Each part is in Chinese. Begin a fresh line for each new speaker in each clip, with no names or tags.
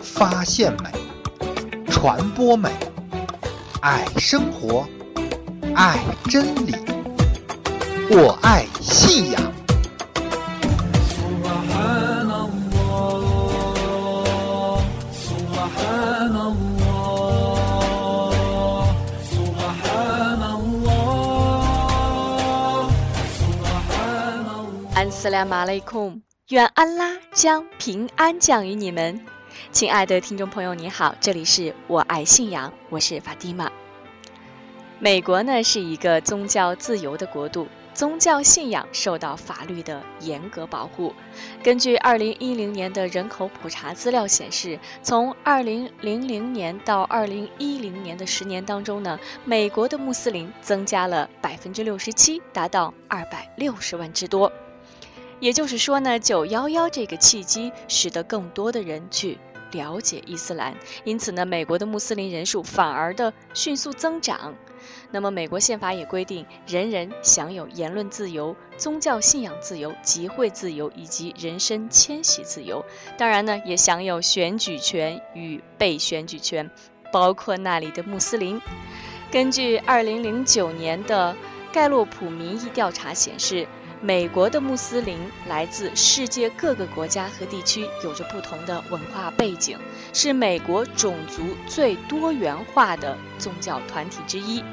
发现美，传播美，爱生活，爱真理，我爱信仰。
سبحان الله سبحان الله سبحان الله سبحان الله
安斯拉马雷控，愿安拉将平安降于你们。亲爱的听众朋友，你好，这里是我爱信仰，我是法蒂玛。美国呢是一个宗教自由的国度，宗教信仰受到法律的严格保护。根据2010年的人口普查资料显示，从2000年到2010年的十年当中呢，美国的穆斯林增加了百分之六十七，达到260万之多。也就是说呢，九幺幺这个契机使得更多的人去了解伊斯兰，因此呢，美国的穆斯林人数反而的迅速增长。那么，美国宪法也规定，人人享有言论自由、宗教信仰自由、集会自由以及人身迁徙自由，当然呢，也享有选举权与被选举权，包括那里的穆斯林。根据2009年的盖洛普民意调查显示，美国的穆斯林来自世界各个国家和地区，有着不同的文化背景，是美国种族最多元化的宗教团体之一。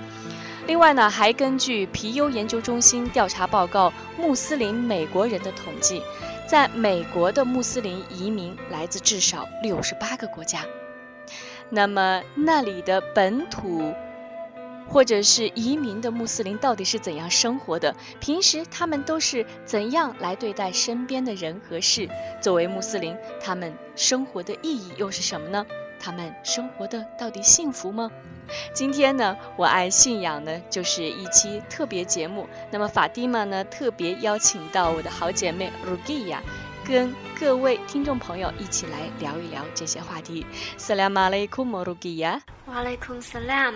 另外呢，还根据皮尤研究中心调查报告《穆斯林美国人的统计》，在美国的穆斯林移民来自至少六十八个国家。那么那里的本土或者是移民的穆斯林到底是怎样生活的？平时他们都是怎样来对待身边的人和事？作为穆斯林，他们生活的意义又是什么呢？他们生活的到底幸福吗？今天呢，我爱信仰呢，就是一期特别节目。那么法蒂玛呢，特别邀请到我的好姐妹 Rugia，跟各位听众朋友一起来聊一聊这些话题。Salam alaikum Rugia。
Walaikum salam.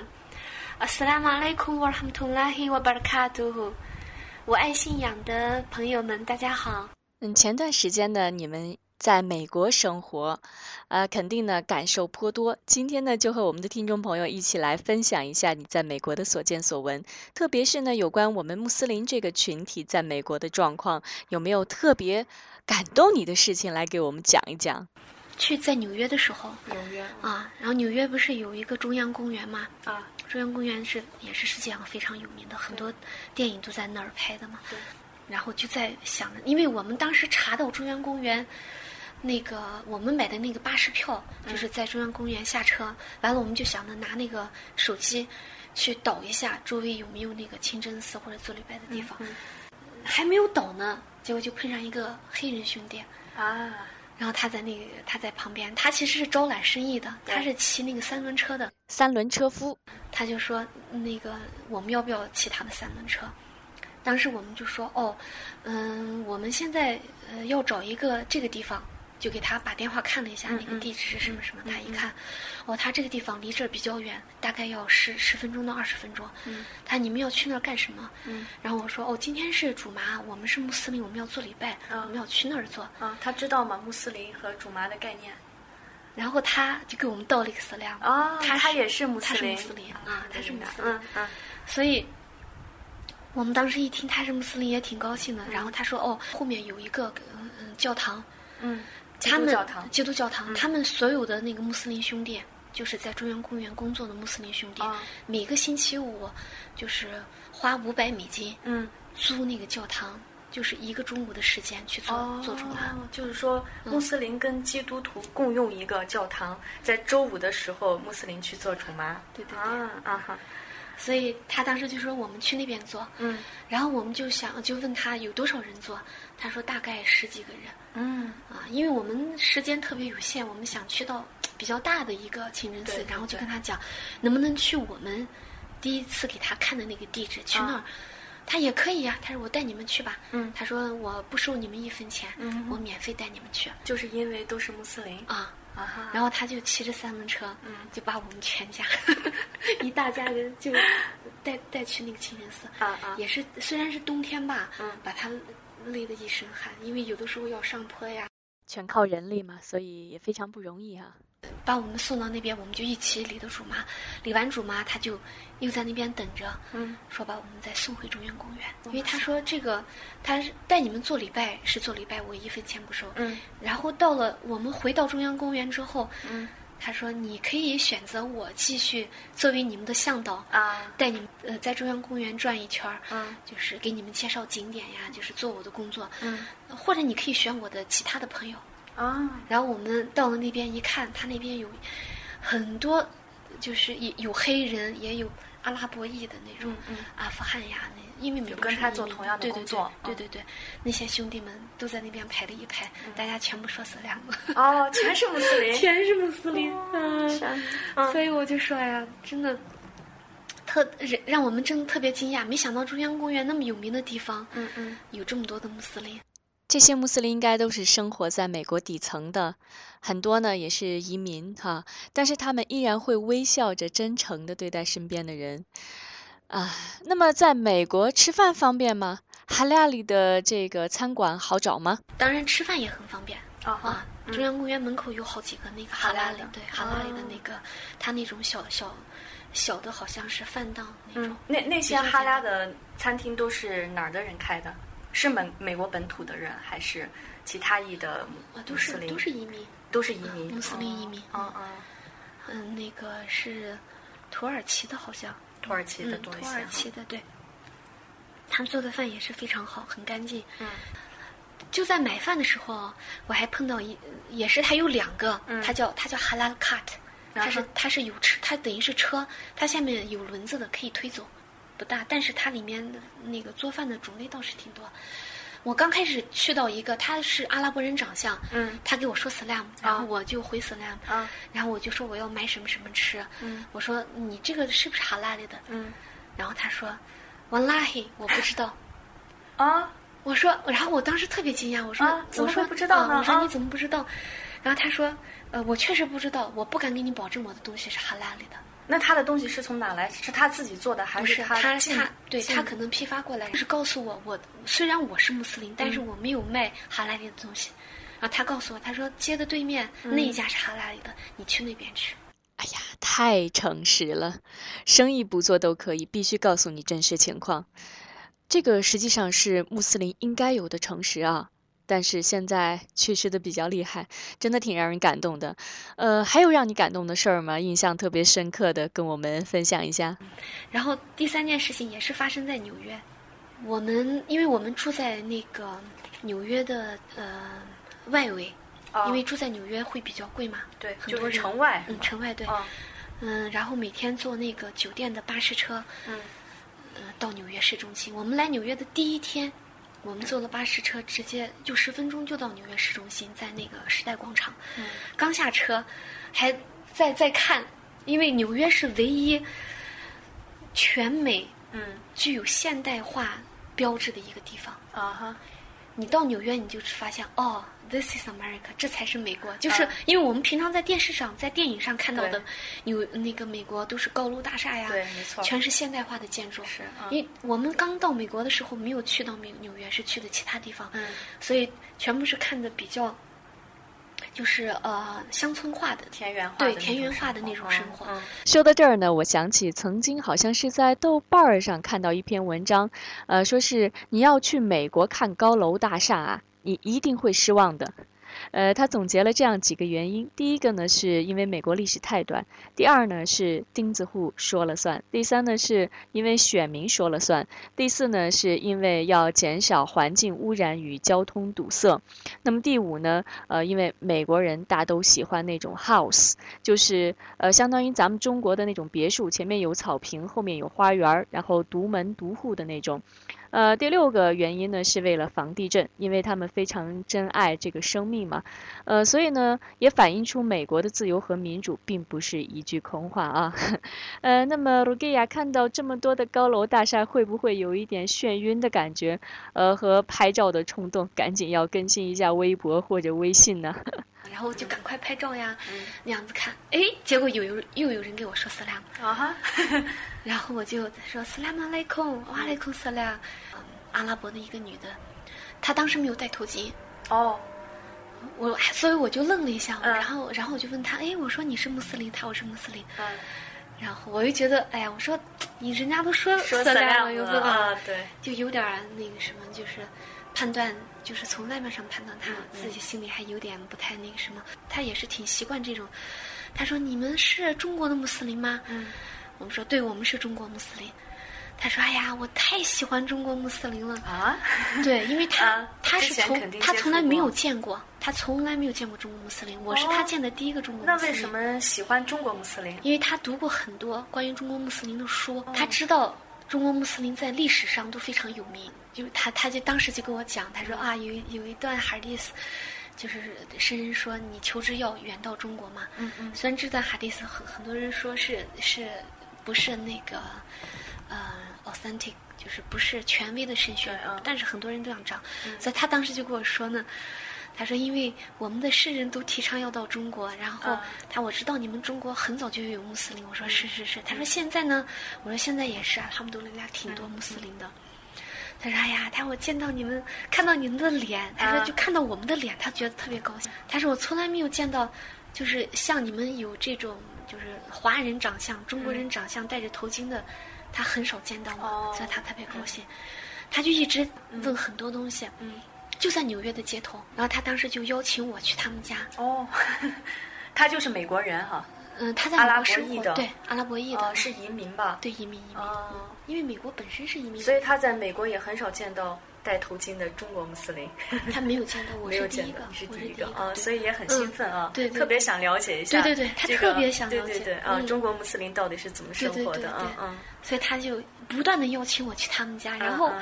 Assalamu alaikum wa rahmatullahi wa barakatuh。我爱信仰的朋友们，大家好。
嗯，前段时间呢，你们在美国生活，呃，肯定呢感受颇多。今天呢，就和我们的听众朋友一起来分享一下你在美国的所见所闻，特别是呢有关我们穆斯林这个群体在美国的状况，有没有特别感动你的事情来给我们讲一讲？
去在纽约的时候
纽约
啊，然后纽约不是有一个中央公园吗？
啊，
中央公园是也是世界上非常有名的，很多电影都在那儿拍的嘛
对。
然后就在想着，因为我们当时查到中央公园，那个我们买的那个巴士票，
嗯
就是在中央公园下车，完了我们就想着拿那个手机去导一下周围有没有那个清真寺或者做礼拜的
嗯
地方，还没有导呢，结果就碰上一个黑人兄弟，
啊，
然后他在那个他在旁边，他其实是招揽生意的，
对
他是骑那个三轮车的，
三轮车夫，
他就说那个我们要不要骑他的三轮车？当时我们就说哦，嗯，我们现在呃要找一个这个地方，就给他把电话看了一下，
嗯
那个地址是什么什么，他一
嗯
看，哦，他这个地方离这儿比较远，大概要十十分钟到二十分钟。
嗯
他你们要去那儿干什么？
嗯
然后我说哦，今天是主麻，我们是穆斯林，我们要做礼拜，
啊
我们要去那儿做。
啊，他知道吗？穆斯林和主麻的概念
然后他就给我们道了一个色量，
啊
他
他
是
也是穆斯
他是
林
穆斯林啊，他是穆斯林。
嗯嗯
所以，我们当时一听他是穆斯林也挺高兴的。然后他说：“哦，后面有一个嗯嗯教堂，
嗯，
他
基
们
督教堂
基督教堂
嗯
他们所有的那个穆斯林兄弟，就是在中央公园工作的穆斯林兄弟，
啊，
每个星期五就是花五百美金
嗯
租那个教堂，就是一个中午的时间去做、
哦，
做主啊。
就是说穆斯林跟基督徒共用一个教堂，在周五的时候穆斯林去做主麻。
对对对，
啊啊哈，
所以他当时就说我们去那边做，
嗯
然后我们就想就问他有多少人做，他说大概十几个人。
嗯
啊，因为我们时间特别有限，我们想去到比较大的一个清真寺
对，
然后
对
就跟他讲，能不能去我们第一次给他看的那个地址去那儿
啊？
他也可以呀、他说我带你们去吧。
嗯
他说我不收你们一分钱，
嗯
我免费带你们去
就是因为都是穆斯林
啊。
啊哈，
然后他就骑着三轮车，
嗯
就把我们 全家一大家人就带带去那个清真寺。
啊啊
也是虽然是冬天吧，
嗯
把他累得一身汗，因为有的时候要上坡呀，
全靠人力嘛，所以也非常不容易啊。
把我们送到那边，我们就一起理的主妈，理完主妈，他就又在那边等着，
嗯，
说把我们再送回中原公园，因为
哇塞
他说这个他是带你们做礼拜是做礼拜，我一分钱不收，
嗯
然后到了我们回到中央公园之后，
嗯
他说你可以选择我继续作为你们的向导，
啊
带你们呃在中央公园转一圈儿，
嗯
就是给你们介绍景点呀，就是做我的工作，
嗯
或者你可以选我的其他的朋友。
啊
然后我们到了那边一看，他那边有很多，就是也有黑人，也有阿拉伯裔的那种，啊
嗯
阿富汗呀，那因为美
就
国
跟
是
他
移
做
民
同样的
对
工
对
作
对
嗯
对对对，那些兄弟们都在那边排了一排，大家全部说死两个，
哦，全是穆斯林， 哦
全是穆斯林，嗯、
嗯
所以我就说哎呀，真的。特让让我们真的特别惊讶，没想到中央公园那么有名的地方，
嗯嗯
有这么多的穆斯林。
这些穆斯林应该都是生活在美国底层的，很多呢也是移民哈、但是他们依然会微笑着真诚的对待身边的人，啊，那么在美国吃饭方便吗？哈拉里的这个餐馆好找吗？
当然，吃饭也很方便。
啊
啊
哈，嗯
中央公园门口有好几个那个哈拉
哈拉
里
的，
对哈拉里的
哦
那个，他那种小小小的，好像是饭档那种
嗯，，那那些哈拉的餐厅都是哪儿的人开的？是美美国本土的人还是其他裔的
啊，都
穆
是
嗯斯林？
都是移民，
都是移民，
穆斯林移民
啊啊，
嗯，那个是土耳其的，好像，
土耳其的
嗯，
多一
土
些
耳其
哈，
的，对，他们做的饭也是非常好，很干净。
嗯
就在买饭的时候，我还碰到一，也是他有两个
嗯，
他叫他叫哈拉 cart，
然
它
后
是它是有车，它等于是车，它下面有轮子的，可以推走，不大，但是它里面的那个做饭的种类倒是挺多。我刚开始去到一个，他是阿拉伯人长相，
嗯
他给我说 slam，然后我就回 slam，、
啊
然后我就说我要买什么什么吃，
嗯
我说你这个是不是哈拉里的？
嗯
然后他说，完拉嘿，我不知 道。
啊
我说，然后我当时特别惊讶，我说，
啊怎么
我说
会不知道呢
啊我
啊
说你怎么不知道？然后他说，呃，我确实不知道，我不敢给你保证我的东西是哈拉里的。
那他的东西是从哪来？是他自己做的，还
不是
他
他
进
他对
进
他可能批发过来，嗯就是告诉我，我虽然我是穆斯林，但是我没有卖哈拉里的东西。然后他告诉我，他说街的对面那一家是哈拉里的，你去那边吃。
哎呀，太诚实了，生意不做都可以，必须告诉你真实情况。这个实际上是穆斯林应该有的诚实啊，但是现在缺失的比较厉害，真的挺让人感动的。呃，还有让你感动的事儿吗？印象特别深刻的，跟我们分享一下。
然后第三件事情也是发生在纽约，我们因为我们住在那个纽约的呃外围，
哦
因为住在纽约会比较贵嘛，
对
很
就
多
是
人
城外
嗯，城外对，
啊
嗯，然后每天坐那个酒店的巴士车，
嗯
呃，到纽约市中心。我们来纽约的第一天，我们坐了巴士车，直接就十分钟就到纽约市中心，在那个时代广场。
嗯
刚下车，还在在看，因为纽约是唯一全美
嗯
具有现代化标志的一个地方。
啊哈
你到纽约，你就发现哦，This is America，这才是美国。就是
啊
因为我们平常在电视上、在电影上看到的
对，
有那个美国都是高楼大厦呀，
对没错
全是现代化的建筑。
嗯是啊
因为我们刚到美国的时候没有去到美纽约，是去的其他地方，
嗯
所以全部是看的比较，就是呃乡村化的
田园化
对
的那
田
种
园
生
化的
活
那种
嗯
生活。
嗯
说到这儿呢，我想起曾经好像是在豆瓣儿上看到一篇文章，呃，说是你要去美国看高楼大厦啊，你一定会失望的。呃，他总结了这样几个原因：第一个呢，是因为美国历史太短；第二呢，是钉子户说了算；第三呢，是因为选民说了算；第四呢，是因为要减少环境污染与交通堵塞；那么第五呢，呃，因为美国人大都喜欢那种 house，就是呃，相当于咱们中国的那种别墅，前面有草坪，后面有花园儿，然后独门独户的那种。呃，第六个原因呢，是为了防地震，因为他们非常珍爱这个生命嘛，呃，所以呢，也反映出美国的自由和民主并不是一句空话啊。 呃，那么卢盖亚看到这么多的高楼大厦，会不会有一点眩晕的感觉？呃，和拍照的冲动，赶紧要更新一下微博或者微信呢？
然后就赶快拍照呀，
嗯
那样子看。哎，结果有有又有人给我说 slam，
啊哈
然后我就说 “salam alaikum”，哇 alaikum 嗯 salam。嗯阿拉伯的一个女的，她当时没有戴头巾，
哦
我所以我就愣了一下，
嗯
然后然后我就问他，哎，我说你是穆斯林，他我是穆斯林，
嗯，
然后我就觉得，哎呀，我说你人家都说
说
色
色
亮
亮
了，又
了
色亮
啊
了，，
对，
就有点儿那个什么，就是判断，就是从外面上判断
嗯
他自己心里还有点不太那个什么，他也是挺习惯这种。他说：“你们是中国的穆斯林吗？”
嗯
我们说：“对，我们是中国穆斯林。”他说：“哎呀，我太喜欢中国穆斯林了。”
啊，
对，因为他、
啊
他
之
是
前
从
肯定
他
接
从
触
来没
过
有见过，他从来没有见过中国穆斯林，我是他
哦
见的第一个中国
那
穆斯林。
为什？么喜欢中国穆斯林？
因为他读过很多关于中国穆斯林的书，他知道中国穆斯林在历史上都非常有名。就是他他就当时就跟我讲，他说啊，有一有一段哈迪斯。就是圣人说你求职要远到中国嘛，
嗯嗯
虽然这段哈迪斯很很多人说是是不是那个呃 authentic，就是不是权威的神学
对嗯，
但是很多人这样讲，所以他当时就跟我说呢。他说：“因为我们的世人都提倡要到中国，然后
嗯
他我知道你们中国很早就有穆斯林。”我说：“是是是。”
嗯
他说：“现在呢？”我说：“现在也是啊，他们都人家挺
嗯
多穆斯林的。”他说：“哎呀，他我见到你们，看到你们的脸，他说
啊
就看到我们的脸，他觉得特别高兴。他说我从来没有见到，就是像你们有这种就是华人长相、中国人长相戴着头巾的，他很少见到
哦
我，所以他特别高兴。他就一直问
嗯
很多东西，
嗯，
就在纽约的街头。然后他当时就邀请我去他们家，
哦， 他就是美国人哈，
嗯，他在
阿
美
拉
国
伯
生
裔
活
的，
对阿拉伯裔
哦
的，
是移民吧？
对移民移民，
哦，
因为美国本身是移民，
所以他在美国也很少见到戴头巾的中国穆斯林，
他没有见到我
没有
是第
见
一
到
个，
你是
我
第
是
一个啊，
对
所以也很兴奋啊，
嗯对对
特别想了解一下，
对对对他
这个
特别想了
对
解
对对啊，
嗯
中国穆斯林到底是怎么生活
对对对
的？嗯
对
嗯，
所以他就不断的邀请我去他们家，然
嗯
后
嗯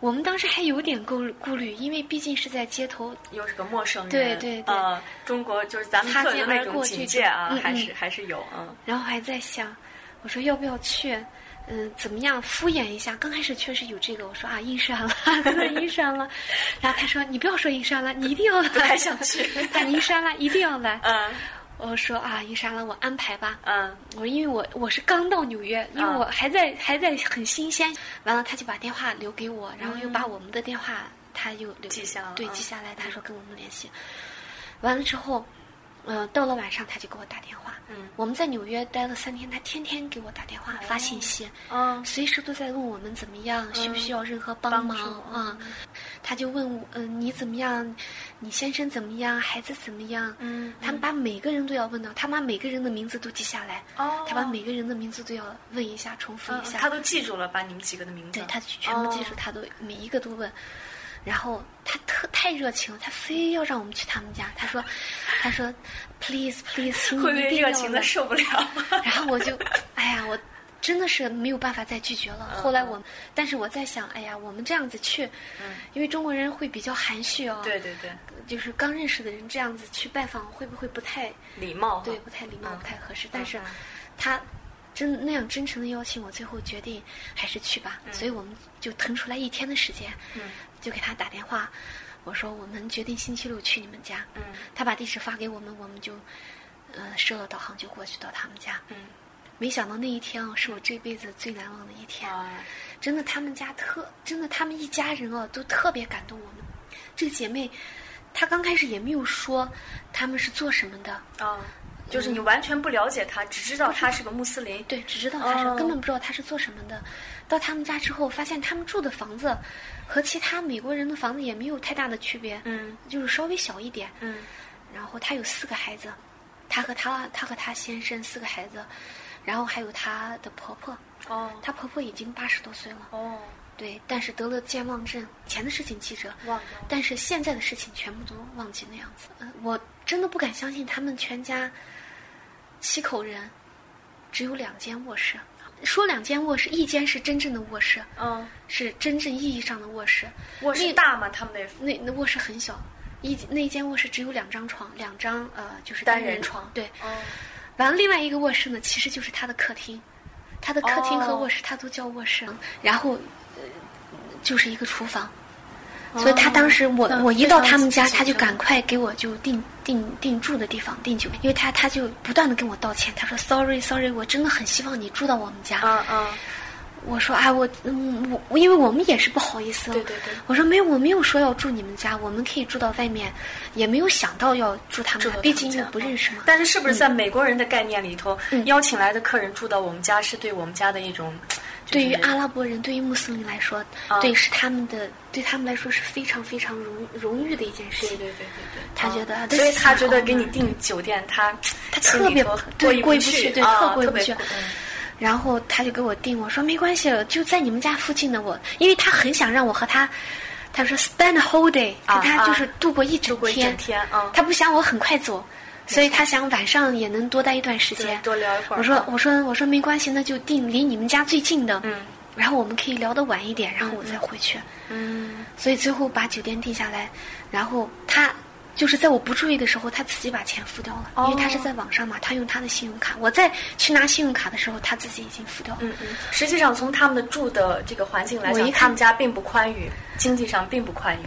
我们当时还有点顾虑顾虑，因为毕竟是在街头，
又是个陌生人，
对对对
啊，中国就是咱们
擦
特有
肩
那
而
种
过
警
这
戒
种
啊
嗯，
还
嗯
是还是有，嗯
然后还在想，我说要不要去，嗯、怎么样敷衍一下？刚开始确实有这个，我说啊，印山了， 印山了，然后他说你不要说印山了，你一定要 来，
不太想去
他说印山了，一定要来。
嗯
我说啊，印山了，我安排吧。
嗯
我说因为我我是刚到纽
啊
约，因为我还在、还在很新鲜。完了，他就把电话留给我，然后又把我们的电话他又留
记下了
对，
嗯
记下来。他说跟我们联系。完了之后，呃，到了晚上他就给我打电
嗯
话。
哎
我们在纽约待了三天，他天天给我打电话、发信息，
嗯，
随时都在问我们怎么样，需不需要任何帮忙
帮嗯
啊、他就问我，嗯、你怎么样？你先生怎么样？孩子怎么样？
嗯
他们把每个人都要问到，他把每个人的名字都记下来，
哦
他把每个人的名字都要问一下，重复
嗯
一下。
他都记住了，把你们几个的名字，
对他全部技术
哦
他都每一个都问，然后他特太热情了，他非要让我们去他们家。他说，他说，please please，请你
会不
一
会
定
热
要
情
来
的受不 了？
然后我就，哎呀，我真的是没有办法再拒绝了。
嗯嗯
后来我，但是我在想，哎呀，我们这样子去，因为中国人会比较含蓄哦，
对，对对，
就是刚认识的人这样子去拜访，会不会不太
礼貌哈
对，不太礼貌，
嗯
不太合适？但是啊
嗯
他。真那样真诚的邀请，我最后决定还是去吧，所以我们就腾出来一天的时间，
嗯
就给他打电话，我说我们决定星期六去你们家，
嗯
他把地址发给我们，我们就，呃，设了导航就过去到他们家，
嗯
没想到那一天啊，是我这辈子最难忘的一天。
啊
真的，他们家特真的，他们一家人啊，都特别感动我们。这个姐妹，她刚开始也没有说他们是做什么的，
啊，就是你完全不了解他，只知道他是个穆斯林，
对，只知道她是、
哦
根本不知道她是做什么的。到他们家之后，发现他们住的房子和其他美国人的房子也没有太大的区别，
嗯
就是稍微小一点。
嗯
然后她有四个孩子，她和她她和她先生四个孩子，然后还有她的婆婆，
哦
她婆婆已经八十多岁了。
哦，
对，但是得了健忘症，以前的事情记着，
忘掉了
但是现在的事情全部都忘记那样子。呃我真的不敢相信他们全家七口人，只有两间卧室。说两间卧室，一间是真正的卧室，
嗯，
是真正意义上的卧室，
卧室
那
大吗？他们那
那那卧室很小。一那间卧室只有两张床，两张呃就是
单
单
人
人
床
对，
哦
完了，另外一个卧室呢，其实就是他的客厅，他的客厅和
哦
卧室他都叫卧室，然后、呃、就是一个厨房。所以他当时我、
那
我
哦嗯非
一到
常
他们家，
紧
他就
张
赶快给我就订订订住的地方订酒店，因为他他就不断的跟我道歉，他说 sorry sorry，我真的很希望你住到我们家。
嗯嗯
我说哎，我嗯我我因为我们也是不好意思，
对对对
我说没有，我没有说要住你们家，我们可以住到外面，也没有想到要住他们
住
家
到，
毕
他
竟
们
又
家
不认识嘛。
但是是不是在美国人的概念里头，
嗯
邀请来的客人住到我们家是对我们家的一种，就
对
是
于阿拉伯人，对于穆斯林来说，
啊
对是他们的，对他们来说是非常非常荣荣誉的一件事
对对
情。
对对对，
他
啊
觉得
所以他觉得
这是
给你订酒店，他
他
心
特
里
别
头
不
过
对
意
过意
不
不
去，
去对
啊
特过意
特
不
别
去
过嗯
然后他就给我定，我说没关系，就在你们家附近的我，因为他很想让我和他，他说 spend a whole day，
啊
跟他
啊
就是度过一
度
整
过一整天啊，
他不想我很快走，所以
没错
他想晚上也能多待一段时
对
间。
多聊一会儿。啊
我说我说我说没关系，那就定离你们家最近的，
嗯
然后我们可以聊得晚一点，然后我再回去。
嗯，
所以最后把酒店定下来，然后他就是在我不注意的时候，他自己把钱付掉了，
哦
因为他是在网上嘛，他用他的信用卡。我在去拿信用卡的时候，他自己已经付掉了。
嗯嗯，实际上从他们的住的这个环境来
我
讲，
一看
他们家并不宽裕，经济上并不宽裕。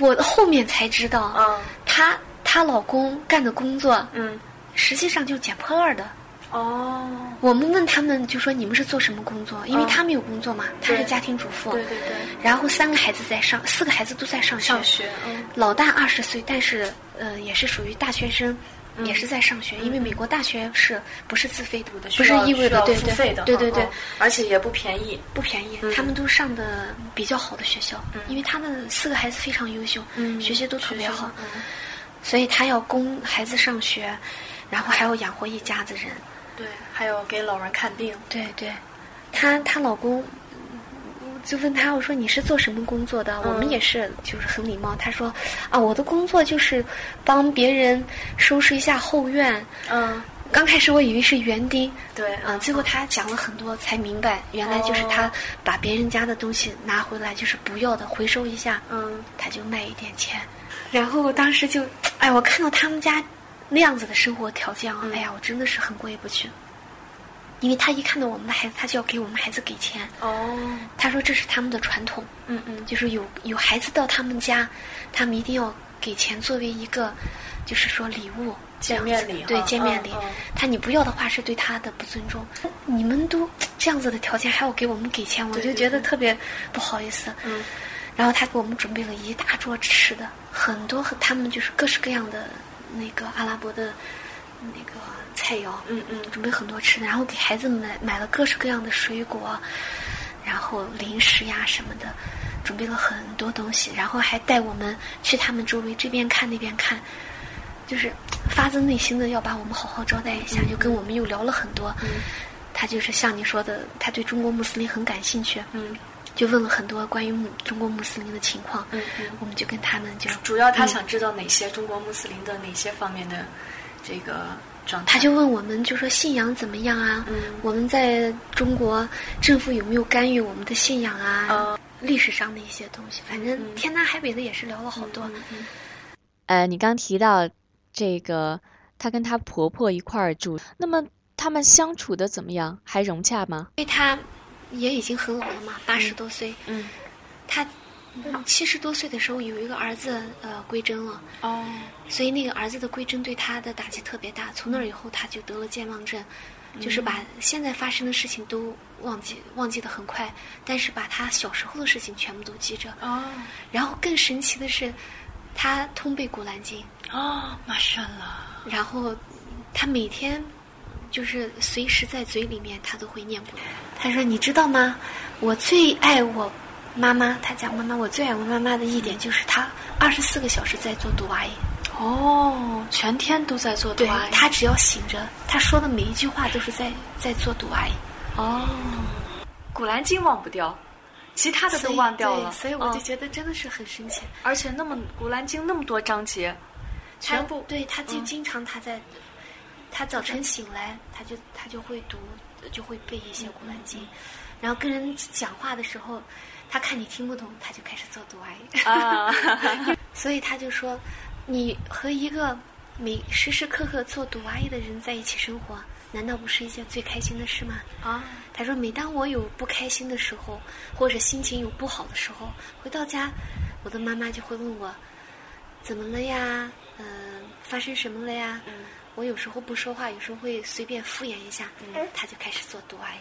我后面才知道，
嗯
她她老公干的工作
嗯，
实际上就是捡破烂儿的。
哦，
我们问他们就说你们是做什么工作？因为
嗯
他们有工作嘛，她是
对
家庭主妇
对，对对，
然后三个孩子在上，四个孩子都在上学。
上学，嗯
老大二十岁，但是呃也是属于大学生，也是在上学，因为美国大学是不是自费读的？
需
不是
要
意味
需
着
要
对
付
对
费的，
对对
嗯
对嗯
嗯，而且也不便宜。
不便宜，他们都上的比较好的学校，因为他们四个孩子非常优秀，嗯学习都特别好，
嗯
所以他要供孩子上学，然后还要养活一家子人。
对，还有给老人看病，
对对，她她老公嗯就问她，我说你是做什么工作的？我们也是，就是很礼貌。她说啊，我的工作就是帮别人收拾一下后院。
嗯，
刚开始我以为是园丁，
对，
嗯，最后她讲了很多，才明白原来就是她把别人家的东西拿回来，就是不要的回收一下，
嗯，
她就卖一点钱。然后我当时就，哎，我看到他们家那样子的生活条件啊，
嗯
哎呀，我真的是很过意不去。因为她一看到我们的孩子，她就要给我们孩子给钱。
哦，
她说这是他们的传统，
嗯嗯，
就是有有孩子到他们家，他们一定要给钱作为一个，就是说礼物。这
见
样子
面礼哈，
对见面
嗯
礼
嗯，
他你不要的话是对他的不尊重。你们都这样子的条件还要给我们给钱，我
对
就
对
觉得
对
特别不好意思。
嗯，
然后他给我们准备了一大桌吃的，很多很他们就是各式各样的那个阿拉伯的那个菜肴，
嗯嗯
准备很多吃的，然后给孩子买买了各式各样的水果，然后零食呀什么的，准备了很多东西，然后还带我们去他们周围这边看那边看，就是发自内心的要把我们好好招待一下，就跟我们又聊了很多。他就是像你说的，他对中国穆斯林很感兴趣，
嗯
就问了很多关于穆中国穆斯林的情况。
嗯嗯，
我们就跟他们就
主要他想知道哪些中国穆斯林的哪些方面的这个状态，
他就问我们，就说信仰怎么样啊？
嗯
我们在中国政府有没有干预我们的信仰啊？
哦
历史上的一些东西，反正
嗯
天南海北的也是聊了好多。
嗯嗯
呃，你刚提到这个，她跟她婆婆一块儿住，那么他们相处的怎么样？还融洽吗？
因为他也已经很老了嘛，八十多岁，
嗯
他七十多岁的时候有一个儿子呃归真了，
哦，
所以那个儿子的归真对他的打击特别大。从那儿以后，他就得了健忘症，就是把现在发生的事情都忘记，忘记得很快，但是把他小时候的事情全部都记着。
哦
然后更神奇的是，他通背古兰经，
哦，马上了，
然后他每天就是随时在嘴里面他都会念古兰。他说：“你知道吗？我最爱我妈妈。”他讲妈妈，我最爱我妈妈的一点就是她二十四个小时在做读阿姨。
哦，全天都在做
对
端，
她只要醒着，她说的每一句话都是在在做读阿姨。
哦，古兰经忘不掉，其他的
所
都
以
忘掉
对
了，
所以我就
嗯
觉得真的是很神奇。
而且那么古兰经那么多章节，嗯全
他
部
对他就
嗯
经常他在，他早晨醒来，他就他就会读，就会背一些
嗯
古兰经，然后跟人讲话的时候，他看你听不懂，他就开始做读阿姨，
啊，
所以他就说，你和一个每时时刻刻做读阿姨的人在一起生活，难道不是一件最开心的事吗？
啊，
他说，每当我有不开心的时候，或者心情有不好的时候，回到家，我的妈妈就会问我，怎么了呀？嗯、发生什么了呀？我有时候不说话，有时候会随便敷衍一下，他就开始做读阿姨。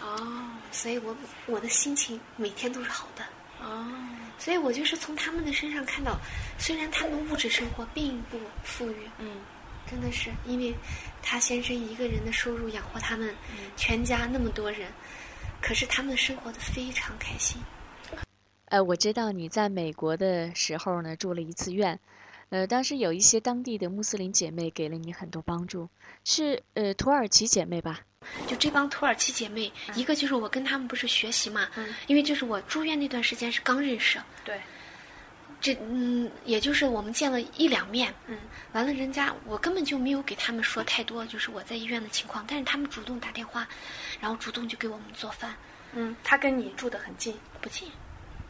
哦
所以我我的心情每天都是好的。
哦，
所以我就是从他们的身上看到，虽然他们物质生活并不富裕，
嗯
真的是因为他先生一个人的收入养活他们全家那么多人，可是他们生活的非常开心。
呃，我知道你在美国的时候呢，住了一次院，呃，当时有一些当地的穆斯林姐妹给了你很多帮助，是呃土耳其姐妹吧？
就这帮土耳其姐妹，一个就是我跟她们不是学习嘛，
嗯
因为就是我住院那段时间是刚认识，
对，
这嗯，也就是我们见了一两面，
嗯
完了，人家我根本就没有给他们说太多，就是我在医院的情况，但是他们主动打电话，然后主动就给我们做饭，
嗯，他跟你住得很近，
不近，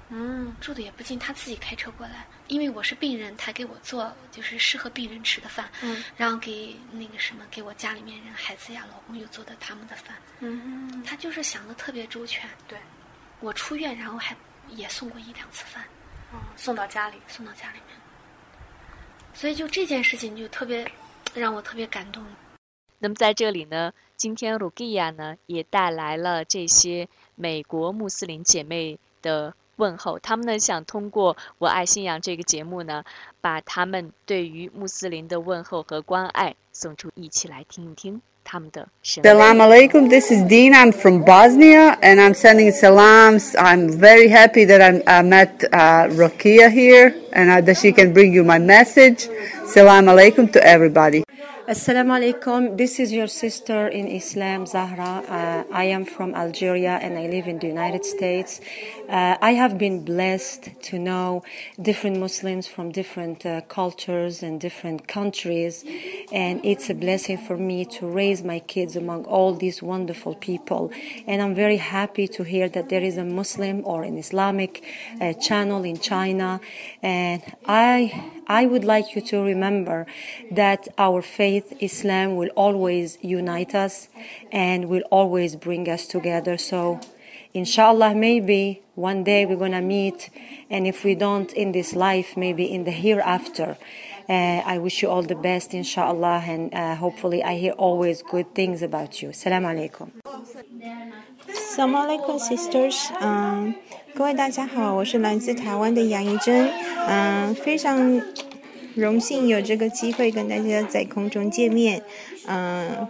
嗯
住的也不近，他自己开车过来，因为我是病人，他给我做就是适合病人吃的饭，
嗯
然后给那个什么给我家里面人、孩子呀、老公又做的他们的饭，
嗯，
他就是想的特别周全。
对，
我出院，然后还也送过一两次饭
哦，送到家里，
送到家里面，所以就这件事情就特别让我特别感动。
那么在这里呢，今天鲁吉亚呢也带来了这些美国穆斯林姐妹的问候，她们呢想通过《我爱信仰》这个节目呢，把她们对于穆斯林的问候和关爱送出，一起来听一听她们的声音。
Salam alaikum. This is Dina. I'm from Bosnia, and I'm sending salams. I'm very happy that I'm, I met uh, Rokia here, and uh, that she can bring you my message. Salam alaikum to everybody.
Assalamu alaikum. This is your sister in Islam, Zahra. Uh, I am from Algeria and I live in the United States. Uh, I have been blessed to know different Muslims from different uh, cultures and different countries, and it's a blessing for me to raise my kids among all these wonderful people. And I'm very happy to hear that there is a Muslim or an Islamic uh, channel in China, and I I would like you to remember that our faith, Islam, will always unite us and will always bring us together. So, inshallah, maybe one day we're gonna meet, and if we don't in this life, maybe in the hereafter. Uh, I wish you all the best, inshallah, and uh, hopefully, I hear always good things about you. Salam alaikum.
s a m a l a i k u m sisters，嗯，各位大家好，我是来自台湾的杨怡珍，嗯，非常荣幸有这个机会跟大家在空中见面，嗯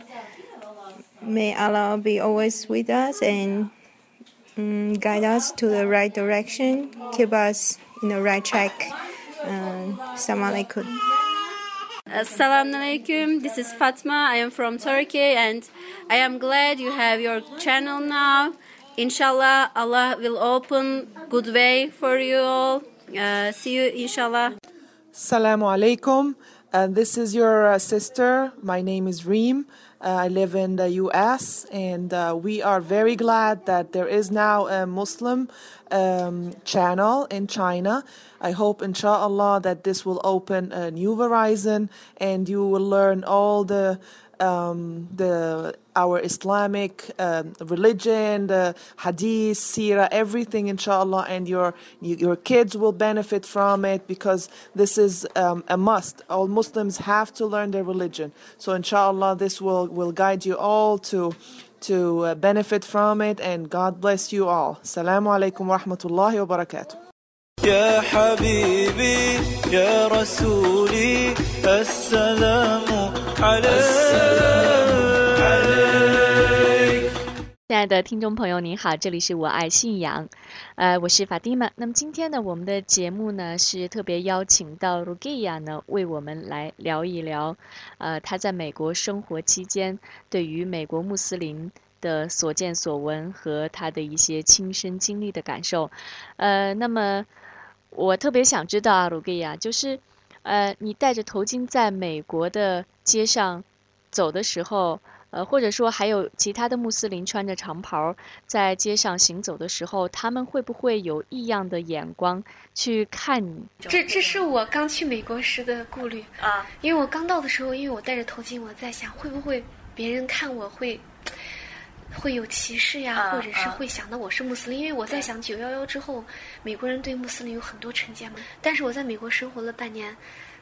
，May Allah be always with us and 嗯 guide us to the right direction, keep us in the right track，嗯 Uh, s a m a l a i k u m
Assalamu alaikum. This is Fatma. I am from Turkey and I am glad you have your channel now. Inshallah, Allah will open good way for you all. Uh, see you inshallah.
Salaam alaikum. Uh, this is your uh, sister. My name is Reem. Uh, I live in the US, and uh, we are very glad that there is now a Muslim um, channel in China. I hope, inshallah, that this will open a new horizon and you will learn all the um, the our Islamic um, religion, the Hadith, Sirah, everything, inshallah, and your your kids will benefit from it because this is um, a must. All Muslims have to learn their religion. So, inshallah, this will will guide you all to to uh, benefit from it, and God bless you all. Salaam alaikum wa rahmatullahi wa barakatuh.
يا حبيبي يا رسولي السلام عليك السلام عليك
亲爱的听众朋友，您好，这里是我爱信仰，呃，我是法蒂玛。那么今天呢，我们的节目呢是特别邀请到 r u g i y a 呢为我们来聊一聊，呃，她在美国生活期间对于美国穆斯林的所见所闻和她的一些亲身经历的感受。呃，那么我特别想知道啊 r u g i y a 就是，呃，你戴着头巾在美国的街上走的时候。呃，或者说还有其他的穆斯林穿着长袍儿在街上行走的时候，他们会不会有异样的眼光去看你？
这这是我刚去美国时的顾虑，
啊，
因为我刚到的时候，因为我戴着头巾，我在想会不会别人看我会会有歧视呀，
啊
或者是
啊
会想到我是穆斯林，因为我在想九幺幺之后，美国人对穆斯林有很多成见嘛。但是我在美国生活了半年，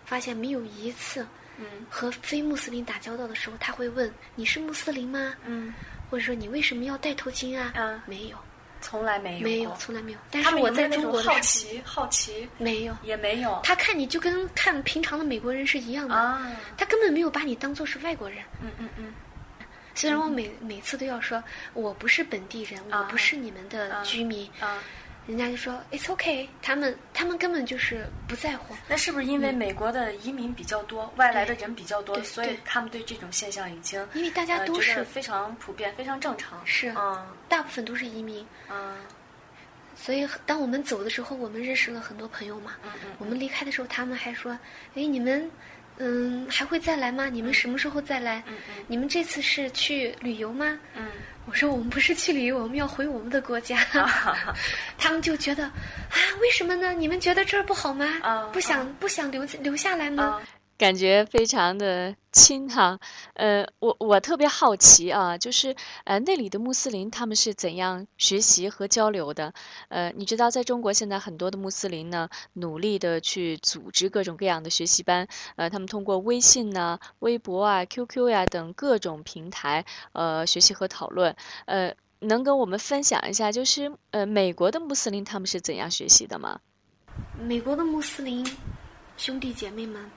发现没有一次嗯，和非穆斯林打交道的时候，他会问你是穆斯林吗？嗯，或者说你为什么要戴头巾啊？
嗯
没有，
从来没有过
没有，从来没有。但
他
是
们
我
有没
在
有那
中
种
国的
好
时候
奇好奇
没有，
也没有
他看你就跟看平常的美国人是一样的，
啊，
他根本没有把你当做是外国人。
嗯嗯嗯，
虽然我每每次都要说我不是本地人，我
啊
不是你们的
啊
居民，
啊，
人家就说 It's okay，他们他们根本就是不在乎。
那是不是因为美国的移民比较多，外来的人比较多，
对
所以
对
他们嗯对这种现象已经
因为大家
呃
都
觉得
是
非常普遍、非常正常。
是
嗯
大部分都是移民，
嗯
所以很当我们走的时候，我们认识了很多朋友嘛。
嗯嗯
我们离开的时候，他们还说：“哎，你们，嗯，还会再来吗？你们什么时候再来？
嗯嗯
你们这次是去旅游吗
嗯，？”
我说：“我们不是去旅游，我们要回我们的国家。
啊
他们就觉得：“啊，为什么呢？你们觉得这儿不好吗？
啊
不想不想留留下来吗？”
啊
感觉非常的亲哈。呃，我我特别好奇啊，就是呃那里的穆斯林他们是怎样学习和交流的？呃，你知道在中国现在很多的穆斯林呢，努力的去组织各种各样的学习班，呃，他们通过微信呐、微博啊、QQ 呀、等各种平台，呃，学习和讨论，呃。能跟我们分享一下，就是呃，美国的穆斯林他们是怎样学习的吗？
美国的穆斯林兄弟姐妹们，